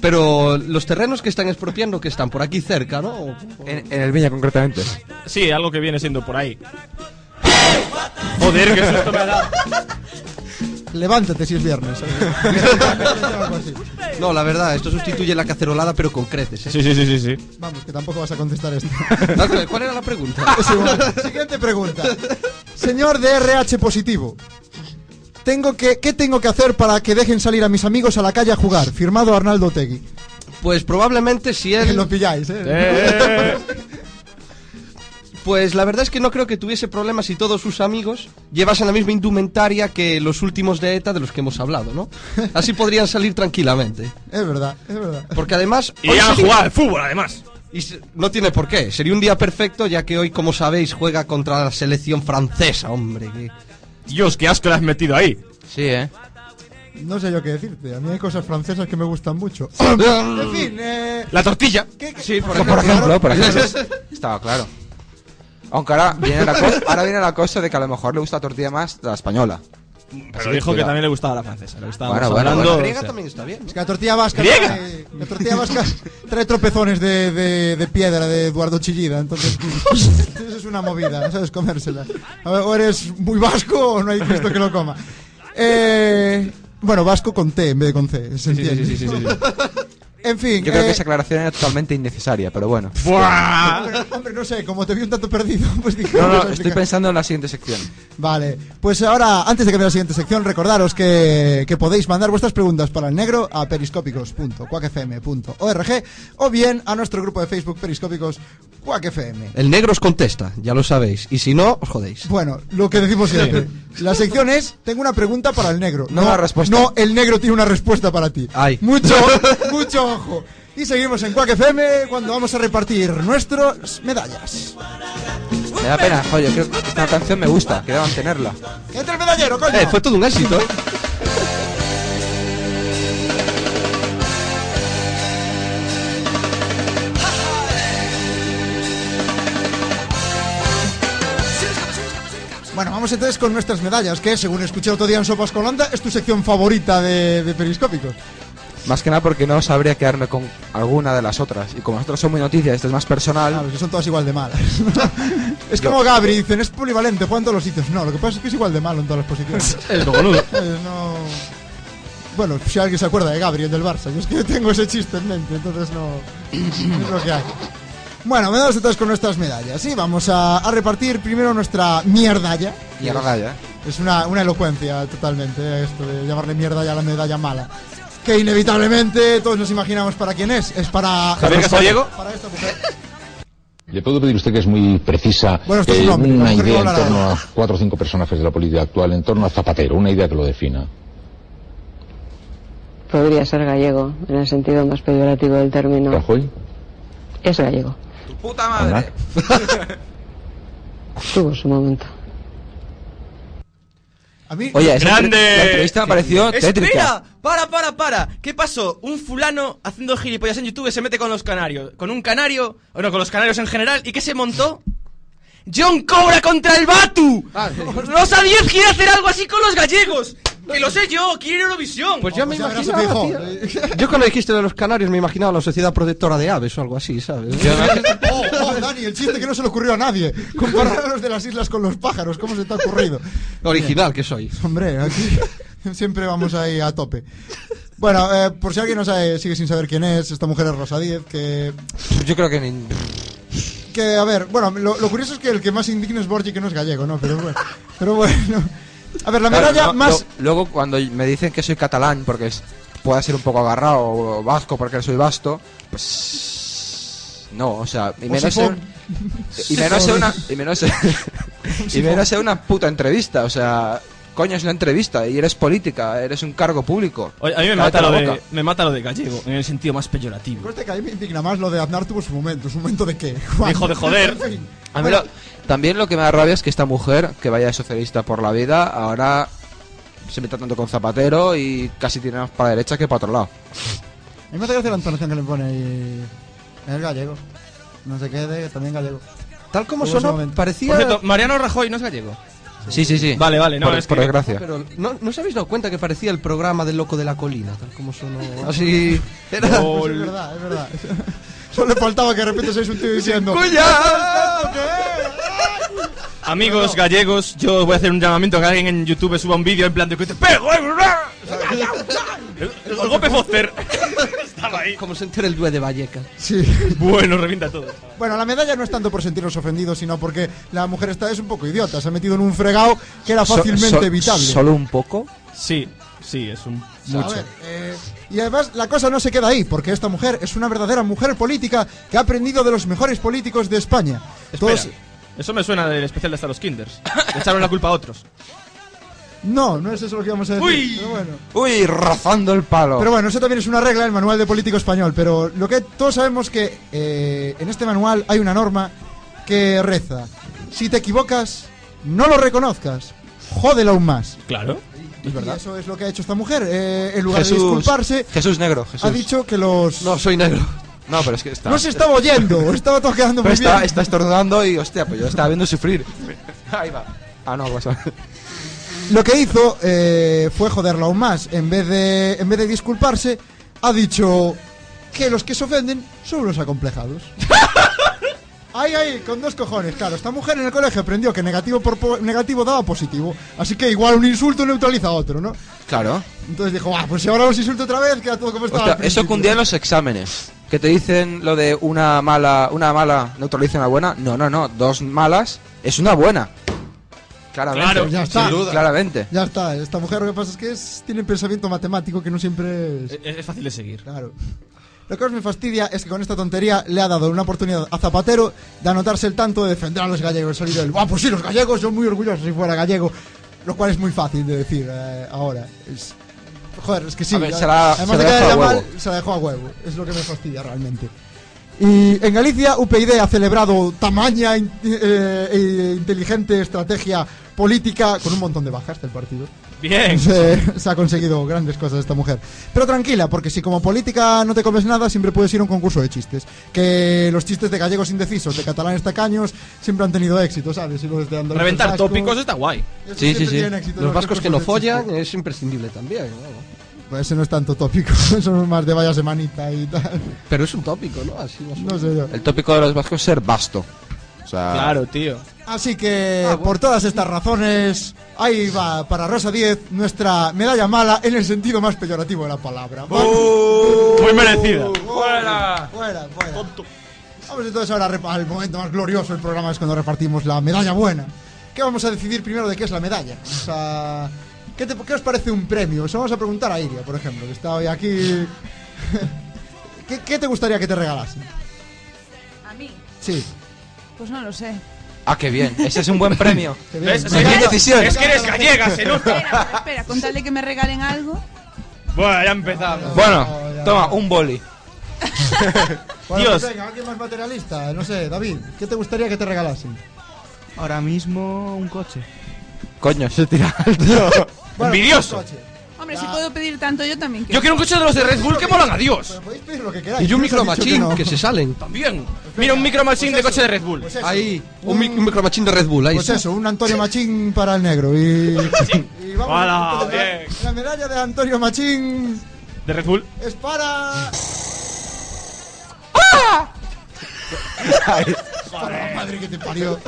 Speaker 6: pero los terrenos que están expropiando que están por aquí cerca, ¿no? O-
Speaker 5: En, en el Viña, concretamente.
Speaker 3: Sí, algo que viene siendo por ahí. Joder, qué susto me ha dado.
Speaker 4: Levántate si es viernes. [LAUGHS] Algo así.
Speaker 6: No, la verdad, esto sustituye la cacerolada, pero con creces. ¿eh?
Speaker 3: Sí, sí, sí, sí, sí.
Speaker 4: Vamos, que tampoco vas a contestar esto.
Speaker 6: No, ¿Cuál era la pregunta?
Speaker 4: Es igual. Siguiente pregunta. Señor DRH positivo. Tengo que, ¿Qué tengo que hacer para que dejen salir a mis amigos a la calle a jugar? Firmado Arnaldo Tegui.
Speaker 6: Pues probablemente si
Speaker 4: Lo ¿eh?
Speaker 5: eh,
Speaker 6: él,
Speaker 4: pilláis, ¿eh?
Speaker 3: Eh,
Speaker 6: Pues la verdad es que no creo que tuviese problemas si todos sus amigos llevasen la misma indumentaria que los últimos de ETA de los que hemos hablado, ¿no? Así podrían salir tranquilamente.
Speaker 4: Es verdad, es verdad.
Speaker 6: Porque además...
Speaker 4: Y ya jugar al
Speaker 6: fútbol, además. Y se- no tiene por qué. Sería un día perfecto, ya que hoy, como sabéis, juega contra la selección francesa, hombre. Dios, qué asco le has metido ahí.
Speaker 5: Sí, ¿eh?
Speaker 4: No sé yo qué decirte. A mí hay cosas francesas que me gustan mucho. en fin, eh,
Speaker 5: La tortilla.
Speaker 4: ¿qué- qué-
Speaker 5: Sí, por ejemplo, por ejemplo, [LAUGHS] Estaba claro. Aunque ahora viene, la cosa, ahora viene la cosa de que a lo mejor le gusta la tortilla más la española.
Speaker 3: Pero dijo que también le gustaba la francesa. Le gustaba
Speaker 5: Bueno, bueno,
Speaker 3: hablando,
Speaker 5: bueno.
Speaker 3: o
Speaker 5: Griega
Speaker 3: sea.
Speaker 6: también está bien.
Speaker 4: Es que la tortilla vasca
Speaker 3: Griega.
Speaker 4: trae, la tortilla vasca trae tropezones de, de- de piedra de Eduardo Chillida, entonces eso es una movida, no sabes comérsela. A ver, o eres muy vasco o no hay Cristo que lo coma. Eh, bueno, vasco con T en vez de con C, se
Speaker 5: sí,
Speaker 4: entiende.
Speaker 5: sí, sí, sí, sí.
Speaker 4: En fin,
Speaker 5: Yo creo que
Speaker 4: eh,
Speaker 5: esa aclaración era totalmente innecesaria, pero bueno.
Speaker 4: hombre, hombre, no sé, como te vi un tanto perdido, pues dije,
Speaker 5: No,
Speaker 4: vamos
Speaker 5: no,
Speaker 4: a
Speaker 5: estoy
Speaker 4: explicar.
Speaker 5: pensando en la siguiente sección.
Speaker 4: Vale, pues ahora, antes de cambiar a la siguiente sección, recordaros que, que podéis mandar vuestras preguntas para el negro a periscópicos.cuacfm.org o bien a nuestro grupo de Facebook Periscópicos cuacfm.
Speaker 6: El negro os contesta, ya lo sabéis. Y si no, os jodéis.
Speaker 4: Bueno, lo que decimos siempre. La sección es, tengo una pregunta para el negro.
Speaker 6: No una respuesta.
Speaker 4: No, el negro tiene una respuesta para ti.
Speaker 6: Ay. [LAUGHS]
Speaker 4: Mucho, mucho ojo. Y seguimos en Quack FM cuando vamos a repartir nuestras medallas.
Speaker 5: Me da pena, joder, yo creo que esta canción me gusta, quiero mantenerla.
Speaker 4: ¡Entra el medallero, coño!
Speaker 5: Eh, fue todo un éxito, ¿eh?
Speaker 4: Bueno, vamos entonces con nuestras medallas, que según escuché otro día en Sopas con Holanda, es tu sección favorita de, de Periscópicos.
Speaker 5: Más que nada porque no sabría quedarme con alguna de las otras. Y como las otras son muy noticias, esta es más personal.
Speaker 4: Claro, que son todas igual de [LAUGHS] malas. es
Speaker 5: Yo-
Speaker 4: como Gabri, dicen, es polivalente, juega en todos los sitios. No, lo que pasa es que es igual de malo en todas las [LAUGHS] posiciones.
Speaker 5: El cojonudo.
Speaker 4: Eh, no... Bueno, si alguien se acuerda de Gabri, el del Barça. Yo es que tengo ese chiste en mente, entonces no... es lo que hay. Bueno, vamos entonces con nuestras medallas. Sí, vamos a, a repartir primero nuestra mierdalla.
Speaker 5: Y a la raya.
Speaker 4: Es una, una elocuencia totalmente eh, esto de llamarle mierda ya a la medalla mala. Que inevitablemente todos nos imaginamos para quién es. Es para...
Speaker 12: Javier Casariego.
Speaker 4: Para esta mujer.
Speaker 12: Le puedo pedir a usted que es muy precisa
Speaker 4: Bueno, esto es
Speaker 12: eh,
Speaker 4: un hombre, la
Speaker 12: una
Speaker 4: mujer
Speaker 12: idea
Speaker 4: no
Speaker 12: en
Speaker 4: hablará.
Speaker 12: torno a cuatro o cinco personajes de la política actual, en torno a Zapatero, una idea que lo defina.
Speaker 13: Podría ser gallego, en el sentido más peyorativo del término. Es gallego.
Speaker 5: ¡Puta madre!
Speaker 13: Tuvo su momento.
Speaker 5: Oye, esa
Speaker 14: ¡Grande!
Speaker 5: entre- la entrevista me pareció tétrica.
Speaker 14: Espera, para, para, para. ¿Qué pasó? Un fulano haciendo gilipollas en YouTube se mete con los canarios, con un canario, o no, con los canarios en general, ¿y qué se montó? John Cobra contra el Batu.
Speaker 3: Ah,
Speaker 14: No sabías que iba a hacer algo así con los gallegos. Que lo sé yo, quiero Eurovisión.
Speaker 6: Pues yo me imaginaba, tío. Yo cuando dijiste de los canarios me imaginaba la Sociedad Protectora de Aves o algo así, ¿sabes?
Speaker 4: Oh, oh, Dani, el chiste que no se le ocurrió a nadie. Comparar a los de las islas con los pájaros, ¿cómo se te ha ocurrido?
Speaker 6: [LAUGHS] Original que soy.
Speaker 4: Hombre, aquí siempre vamos ahí a tope. Bueno, eh, por si alguien no sabe, sigue sin saber quién es, esta mujer es Rosa Díez, que...
Speaker 5: Yo creo que ni...
Speaker 4: Que, a ver, bueno, lo, lo curioso es que el que más indigno es Borgi, que no es gallego, ¿no? Pero bueno. Pero bueno. A ver, la
Speaker 5: Claro,
Speaker 4: medalla
Speaker 5: no,
Speaker 4: más...
Speaker 5: lo- luego cuando me dicen que soy catalán porque es, pueda ser un poco agarrado o vasco porque soy vasto, pues no, o sea, y
Speaker 4: O
Speaker 5: menos
Speaker 4: sifón.
Speaker 5: en- y menos en una y menos
Speaker 4: [LAUGHS]
Speaker 5: en- [LAUGHS] y menos en una puta entrevista, o sea, coño, es una entrevista y eres política, eres un cargo público.
Speaker 3: Oye, a mí me
Speaker 5: Cállate
Speaker 3: mata, lo
Speaker 5: la
Speaker 3: de,
Speaker 5: boca.
Speaker 3: me mata lo de gallego, en el sentido más [LAUGHS] peyorativo.
Speaker 4: Cuesta que a mí me indigna más lo de Aznar tuvo su momento. ¿Su momento de qué?
Speaker 3: Hijo de joder.
Speaker 4: En fin.
Speaker 5: A mí lo- también lo que me da rabia es que esta mujer que vaya de socialista por la vida ahora se meta tanto con Zapatero y casi tiene más para la derecha que para otro lado.
Speaker 4: A mí me hace gracia la entonación que le pone ahí. Es gallego. No sé qué, de, también gallego.
Speaker 6: Tal como
Speaker 4: Hubo ese
Speaker 6: sonó,
Speaker 4: momento.
Speaker 6: parecía-
Speaker 14: Por
Speaker 6: cierto,
Speaker 14: Mariano Rajoy no es gallego.
Speaker 5: Sí, sí, sí.
Speaker 3: Vale, vale, no,
Speaker 5: Por-
Speaker 3: es
Speaker 5: por
Speaker 3: que-
Speaker 5: desgracia.
Speaker 6: Pero ¿no, ¿no os habéis dado cuenta que parecía el programa del Loco de la Colina? Tal como sonó.
Speaker 14: Ah,
Speaker 6: Así. Era.
Speaker 4: Pues es verdad, es verdad. [LAUGHS] Solo le faltaba que de repente seáis un tío diciendo.
Speaker 3: Amigos gallegos, yo voy a hacer un llamamiento a que alguien en YouTube suba un vídeo en plan de que te pego, eh, brr". el, el golpe Foster. Estaba ahí.
Speaker 6: Como se entera el due de Vallecas.
Speaker 4: Sí.
Speaker 3: Bueno, revienta todo.
Speaker 4: Bueno, la medalla no es tanto por sentirnos ofendidos, sino porque la mujer esta es un poco idiota. Se ha metido en un fregado que era
Speaker 5: So-
Speaker 4: fácilmente
Speaker 5: so-
Speaker 4: evitable.
Speaker 5: ¿Solo un poco?
Speaker 3: Sí, sí, es un
Speaker 4: A ver, eh, y además la cosa no se queda ahí, porque esta mujer es una verdadera mujer política que ha aprendido de los mejores políticos de España. Todos-
Speaker 3: Eso me suena del especial de hasta los Kinders. Le echaron la culpa a otros.
Speaker 4: No, no es eso lo que íbamos a decir.
Speaker 3: Uy.
Speaker 4: Pero bueno.
Speaker 5: Uy, rozando el palo.
Speaker 4: Pero bueno, eso también es una regla del manual de político español. Pero lo que todos sabemos que eh, en este manual hay una norma que reza: si te equivocas, no lo reconozcas. Jódelo aún más.
Speaker 3: Claro.
Speaker 4: Y eso es lo que ha hecho esta mujer. Eh, en lugar de
Speaker 5: Jesús-
Speaker 4: disculparse,
Speaker 5: Jesús negro, Jesús.
Speaker 4: ha dicho que los.
Speaker 5: No, soy negro. No, pero es que está.
Speaker 4: No se estaba oyendo, estaba todo quedando
Speaker 5: Pero
Speaker 4: muy
Speaker 5: está,
Speaker 4: bien.
Speaker 5: está estornudando y hostia, pues yo estaba
Speaker 4: [LAUGHS]
Speaker 5: viendo sufrir. Ahí va. Ah, no, pues. [LAUGHS]
Speaker 4: Lo que hizo eh, fue joderlo aún más. En vez, de, en vez de disculparse, ha dicho que los que se ofenden son los acomplejados. Ay, ay, con dos cojones, claro. Esta mujer en el colegio aprendió que negativo por po- negativo daba positivo. Así que igual un insulto neutraliza a otro, ¿no?
Speaker 5: Claro.
Speaker 4: Entonces dijo, ah, pues si ahora los insulto otra vez, queda todo como estaba.
Speaker 5: Hostia,
Speaker 4: al
Speaker 5: eso
Speaker 4: principio".
Speaker 5: que un día en los exámenes. Que te dicen lo de una mala, una mala neutraliza una buena. No, no, no. Dos malas es una buena. Claramente.
Speaker 4: Claro, ya está.
Speaker 5: Sin duda. Claramente.
Speaker 4: Ya está, esta mujer lo que pasa es que es- tiene pensamiento matemático que no siempre es...
Speaker 3: Es, es fácil de seguir.
Speaker 4: Claro. Lo que más me fastidia es que con esta tontería le ha dado una oportunidad a Zapatero de anotarse el tanto de defender a los gallegos. Salir del, ah, pues sí, los gallegos, yo muy orgulloso si fuera gallego. Lo cual es muy fácil de decir eh, ahora. Es- joder, es que sí.
Speaker 5: A ver,
Speaker 4: ya-
Speaker 5: se la-
Speaker 4: además
Speaker 5: se
Speaker 4: de
Speaker 5: la
Speaker 4: que
Speaker 5: deja
Speaker 4: haya
Speaker 5: a
Speaker 4: mal,
Speaker 5: huevo.
Speaker 4: se la dejó a huevo. Es lo que me fastidia realmente. Y en Galicia, UPyD ha celebrado tamaña in- eh, e inteligente estrategia política con un montón de bajas del partido.
Speaker 3: Bien.
Speaker 4: [LAUGHS] Se, se ha conseguido grandes cosas esta mujer. Pero tranquila, porque si como política no te comes nada, siempre puedes ir a un concurso de chistes. Que los chistes de gallegos indecisos, de catalanes tacaños, siempre han tenido éxito, ¿sabes? Y los de Andalucía
Speaker 3: Reventar
Speaker 4: vascos.
Speaker 3: tópicos está guay.
Speaker 4: Eso Sí, sí, siempre sí. tiene éxito
Speaker 6: Los
Speaker 4: en los
Speaker 6: vascos que no
Speaker 4: concursos de
Speaker 6: follan eh. es imprescindible también. ¿no?
Speaker 4: Pues ese no es tanto tópico, [LAUGHS] eso es más de vaya semanita y tal.
Speaker 6: Pero es un tópico, ¿no? Así más o
Speaker 4: No sé yo.
Speaker 5: El tópico de los vascos es ser vasto. O sea.
Speaker 3: tío.
Speaker 4: Así que,
Speaker 6: Ah,
Speaker 4: por todas estas razones, ahí va para Rosa 10 nuestra medalla mala en el sentido más peyorativo de la palabra.
Speaker 3: Muy merecida.
Speaker 4: ¡Fuera! ¡Fuera, fuera! Vamos entonces ahora repa- al momento más glorioso del programa es cuando repartimos la medalla buena. ¿Qué vamos a decidir primero de qué es la medalla? Vamos a- ¿qué, te- qué os parece un premio? Eso vamos a preguntar a Iria, por ejemplo, que está hoy aquí. [LAUGHS] ¿Qué, qué te gustaría que te regalasen?
Speaker 15: A mí,
Speaker 4: Sí.
Speaker 15: pues no lo sé.
Speaker 5: Ah, qué bien. Ese es un buen premio.
Speaker 4: Qué bien.
Speaker 3: ¿Ves?
Speaker 5: Muy
Speaker 3: Es que-
Speaker 5: bien decisión.
Speaker 3: Es que eres gallega, se nota.
Speaker 15: Espera, espera, con tal de que me regalen algo.
Speaker 3: Bueno, ya empezamos.
Speaker 5: Bueno, toma, un boli.
Speaker 4: Bueno,
Speaker 5: Dios.
Speaker 4: pues venga, alguien más materialista, no sé, David, ¿qué te gustaría que te regalasen?
Speaker 16: Ahora mismo un coche.
Speaker 5: [LAUGHS] Coño, se tira alto.
Speaker 4: Bueno,
Speaker 3: Envidioso.
Speaker 4: un coche.
Speaker 15: Hombre,
Speaker 2: Ah.
Speaker 15: si puedo pedir tanto, yo también quiero.
Speaker 3: Yo quiero un coche de los de Red Bull que molan a Dios.
Speaker 4: Podéis pedir lo que queráis.
Speaker 6: Y un
Speaker 4: ¿Quién os ha dicho
Speaker 6: micromachín que,
Speaker 4: no?
Speaker 6: se salen.
Speaker 3: Bien. Mira, un micro machine de coche de Red Bull.
Speaker 6: Ahí, un, mic- un micromachín de Red Bull. Ahí
Speaker 4: Pues
Speaker 6: está.
Speaker 4: eso, un Antonio Machín para el negro. Y,
Speaker 6: [LAUGHS]
Speaker 4: y vamos
Speaker 3: Hola,
Speaker 4: entonces, la-
Speaker 3: bien.
Speaker 4: la, medalla de Antonio Machín
Speaker 3: De Red Bull.
Speaker 4: es para.
Speaker 6: ¡Ah!
Speaker 4: [LAUGHS] Para la madre que te parió.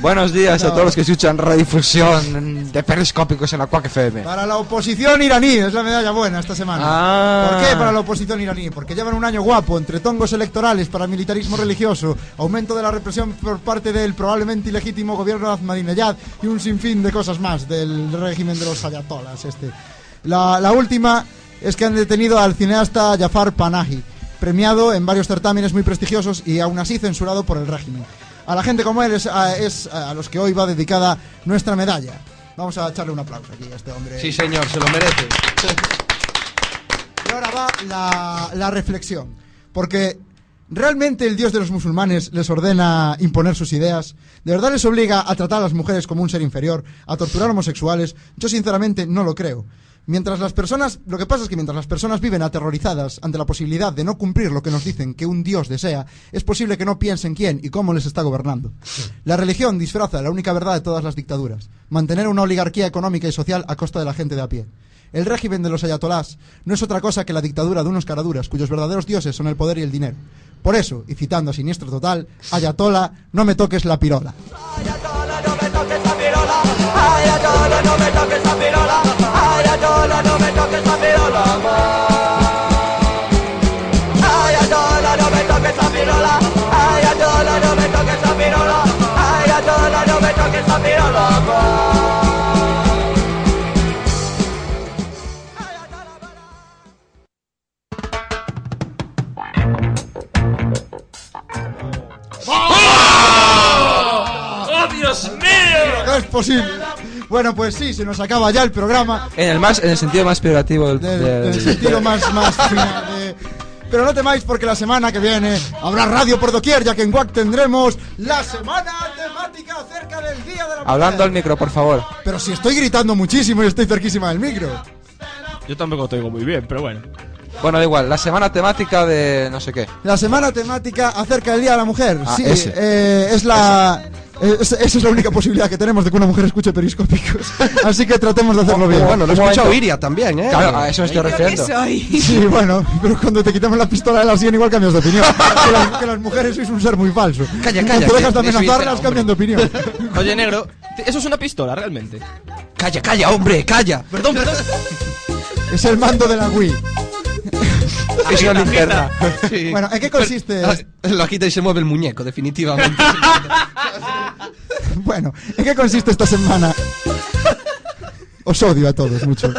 Speaker 5: Buenos días a
Speaker 4: No.
Speaker 5: todos los que escuchan radiodifusión de periscópicos en la Quack FM.
Speaker 4: Para la oposición iraní, es la medalla buena esta semana.
Speaker 5: Ah.
Speaker 4: ¿Por qué para la oposición iraní? Porque llevan un año guapo entre tongos electorales, paramilitarismo religioso, aumento de la represión por parte del probablemente ilegítimo gobierno de Ahmadinejad y un sinfín de cosas más del régimen de los ayatolas. Este. La, la última es que han detenido al cineasta Jafar Panahi, premiado en varios certámenes muy prestigiosos y aún así censurado por el régimen. A la gente como él es a, es a los que hoy va dedicada nuestra medalla. Vamos a echarle un aplauso aquí a este hombre.
Speaker 6: Sí, señor, se lo merece.
Speaker 4: Y ahora va la, la reflexión. Porque realmente el Dios de los musulmanes les ordena imponer sus ideas. ¿De verdad les obliga a tratar a las mujeres como un ser inferior? ¿A torturar homosexuales? Yo sinceramente no lo creo. Mientras las personas, lo que pasa es que mientras las personas viven aterrorizadas ante la posibilidad de no cumplir lo que nos dicen que un Dios desea, es posible que no piensen quién y cómo les está gobernando. La religión disfraza la única verdad de todas las dictaduras, mantener una oligarquía económica y social a costa de la gente de a pie. El régimen de los ayatolás no es otra cosa que la dictadura de unos caraduras cuyos verdaderos dioses son el poder y el dinero. Por eso, y citando a Siniestro Total, Ayatola, no me toques la pirola. es posible. Bueno, pues sí, se nos acaba ya el programa.
Speaker 5: En el, más, en el sentido más peyorativo del.
Speaker 4: del-
Speaker 5: del-
Speaker 4: del sentido más, más final de- Pero no temáis porque la semana que viene habrá radio por doquier, ya que en WAC tendremos la semana temática acerca del Día de la
Speaker 5: Hablando al micro, por favor.
Speaker 4: Pero si estoy gritando muchísimo y estoy cerquísima del micro.
Speaker 5: Yo tampoco te digo muy bien, pero bueno. Bueno, da igual. La semana temática de no sé qué.
Speaker 4: La semana temática acerca del Día de la Mujer.
Speaker 5: Ah,
Speaker 4: sí,
Speaker 5: ese.
Speaker 4: eh, es la. es- esa es la única posibilidad que tenemos de que una mujer
Speaker 14: [LAUGHS]
Speaker 4: escuche periscópicos. Así que tratemos de hacerlo bien.
Speaker 6: Bueno, lo he escuchado Iria también, ¿eh?
Speaker 4: Claro, a eso me estoy
Speaker 6: Iria,
Speaker 4: refiriendo.
Speaker 6: ¿qué soy?
Speaker 4: Sí, bueno, pero cuando te quitamos la pistola de la sien igual cambias de
Speaker 14: [LAUGHS]
Speaker 4: opinión. que, las, que las mujeres sois un ser muy falso.
Speaker 14: Calla,
Speaker 4: Cuando
Speaker 14: calla,
Speaker 4: Te dejas de
Speaker 14: que- que soy entera,
Speaker 4: amenazarlas,
Speaker 14: hombre.
Speaker 4: cambian de opinión.
Speaker 14: [LAUGHS] Oye, negro, te- eso es una pistola, realmente.
Speaker 6: Calla, calla, hombre, calla.
Speaker 14: Perdón, perdón.
Speaker 4: Es el mando de la Wii.
Speaker 6: Es una linterna.
Speaker 4: Bueno, ¿en qué consiste?
Speaker 6: Lo agita y se mueve el muñeco, definitivamente.
Speaker 4: Bueno, ¿en qué consiste esta semana? Os odio a todos mucho.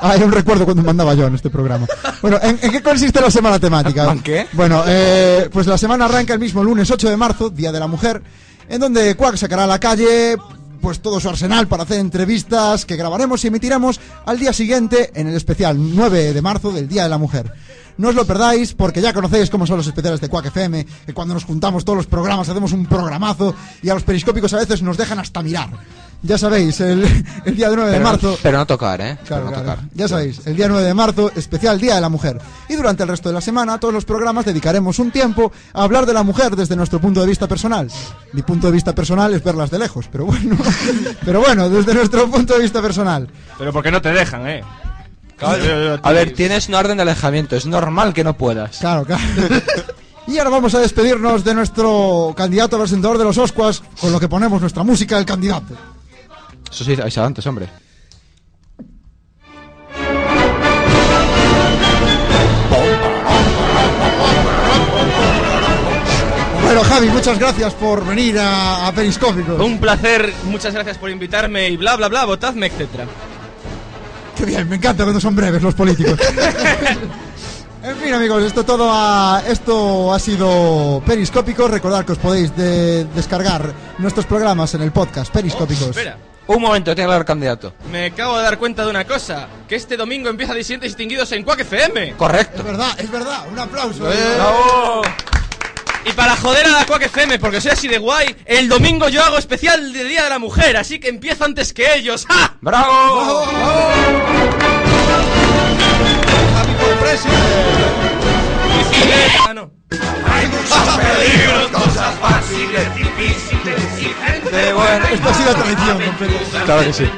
Speaker 4: Ah, era un recuerdo cuando mandaba yo en este programa. Bueno, ¿en, en qué consiste la semana temática?
Speaker 5: ¿En qué?
Speaker 4: Bueno, eh, pues la semana arranca el mismo lunes 8 de marzo, Día de la Mujer, en donde Quack sacará a la calle pues todo su arsenal para hacer entrevistas que grabaremos y emitiremos al día siguiente en el especial 9 de marzo del Día de la Mujer. No os lo perdáis porque ya conocéis cómo son los especiales de Quack FM, que cuando nos juntamos todos los programas hacemos un programazo y a los periscópicos a veces nos dejan hasta mirar. Ya sabéis, el, el día 9 de
Speaker 5: Pero,
Speaker 4: marzo
Speaker 5: pero no tocar, ¿eh?
Speaker 4: Claro,
Speaker 5: Pero no
Speaker 4: claro.
Speaker 5: tocar.
Speaker 4: Ya sabéis, el día 9 de marzo, especial Día de la Mujer. Y durante el resto de la semana, todos los programas dedicaremos un tiempo a hablar de la mujer desde nuestro punto de vista personal. Mi punto de vista personal es verlas de lejos, pero bueno. [LAUGHS] pero bueno, desde nuestro punto de vista personal.
Speaker 3: Pero porque no te dejan, eh.
Speaker 5: A ver, tienes una orden de alejamiento. Es normal que no puedas.
Speaker 4: Claro, claro. Y ahora vamos a despedirnos de nuestro candidato al presentador de los Oscuas, con lo que ponemos nuestra música, el candidato.
Speaker 5: Eso sí, habéis antes, hombre.
Speaker 4: Bueno, Javi, muchas gracias por venir a, a Periscópicos.
Speaker 14: Un placer, muchas gracias por invitarme y bla, bla, bla, votadme, etcétera.
Speaker 4: Qué bien, me encanta cuando son breves los políticos. En fin, amigos, esto todo ha, esto ha sido Periscópicos. Recordad que os podéis de- descargar nuestros programas en el podcast
Speaker 3: Oh,
Speaker 4: Periscópicos.
Speaker 14: Espera,
Speaker 5: Un momento, tiene que hablar el candidato.
Speaker 14: me acabo de dar cuenta de una cosa: que este domingo empieza Disidentes Distinguidos en Quack FM.
Speaker 5: Correcto.
Speaker 4: Es verdad, es verdad. Un aplauso.
Speaker 14: Y para joder a la Quack FM, porque soy así de guay, el domingo yo hago especial de Día de la Mujer, así que empiezo antes que ellos. ¡Ja!
Speaker 5: ¡Bravo!
Speaker 14: Ah, no.
Speaker 2: Peligros, cosas fáciles, difíciles y gente
Speaker 5: [LAUGHS]
Speaker 4: Esto ha sido traición completa.
Speaker 5: Claro que sí.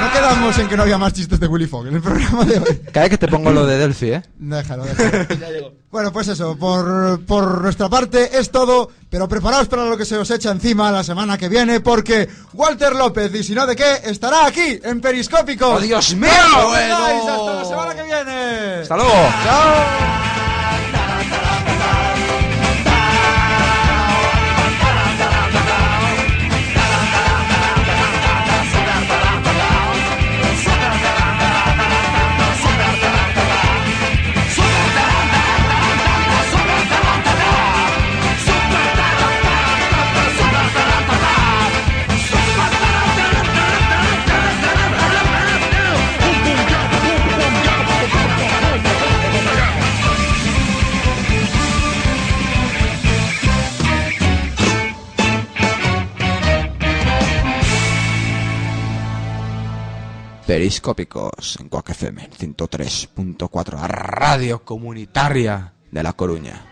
Speaker 4: No quedamos en que no había más chistes de Willy Fogg en el programa de hoy.
Speaker 5: Cada vez que te pongo lo de Delphi, ¿eh?
Speaker 4: Déjalo, déjalo. Bueno, pues eso, por, por nuestra parte es todo, pero preparaos para lo que se os echa encima la semana que viene, porque Walter López, y si no de qué, estará aquí en Periscópico.
Speaker 5: ¡Oh, Dios mío!
Speaker 4: ¡No os perdáis! ¡Hasta la semana que viene!
Speaker 5: ¡Hasta luego!
Speaker 4: ¡Chao!
Speaker 5: Periscópicos en Quack FM 103.4, la radio comunitaria de La Coruña.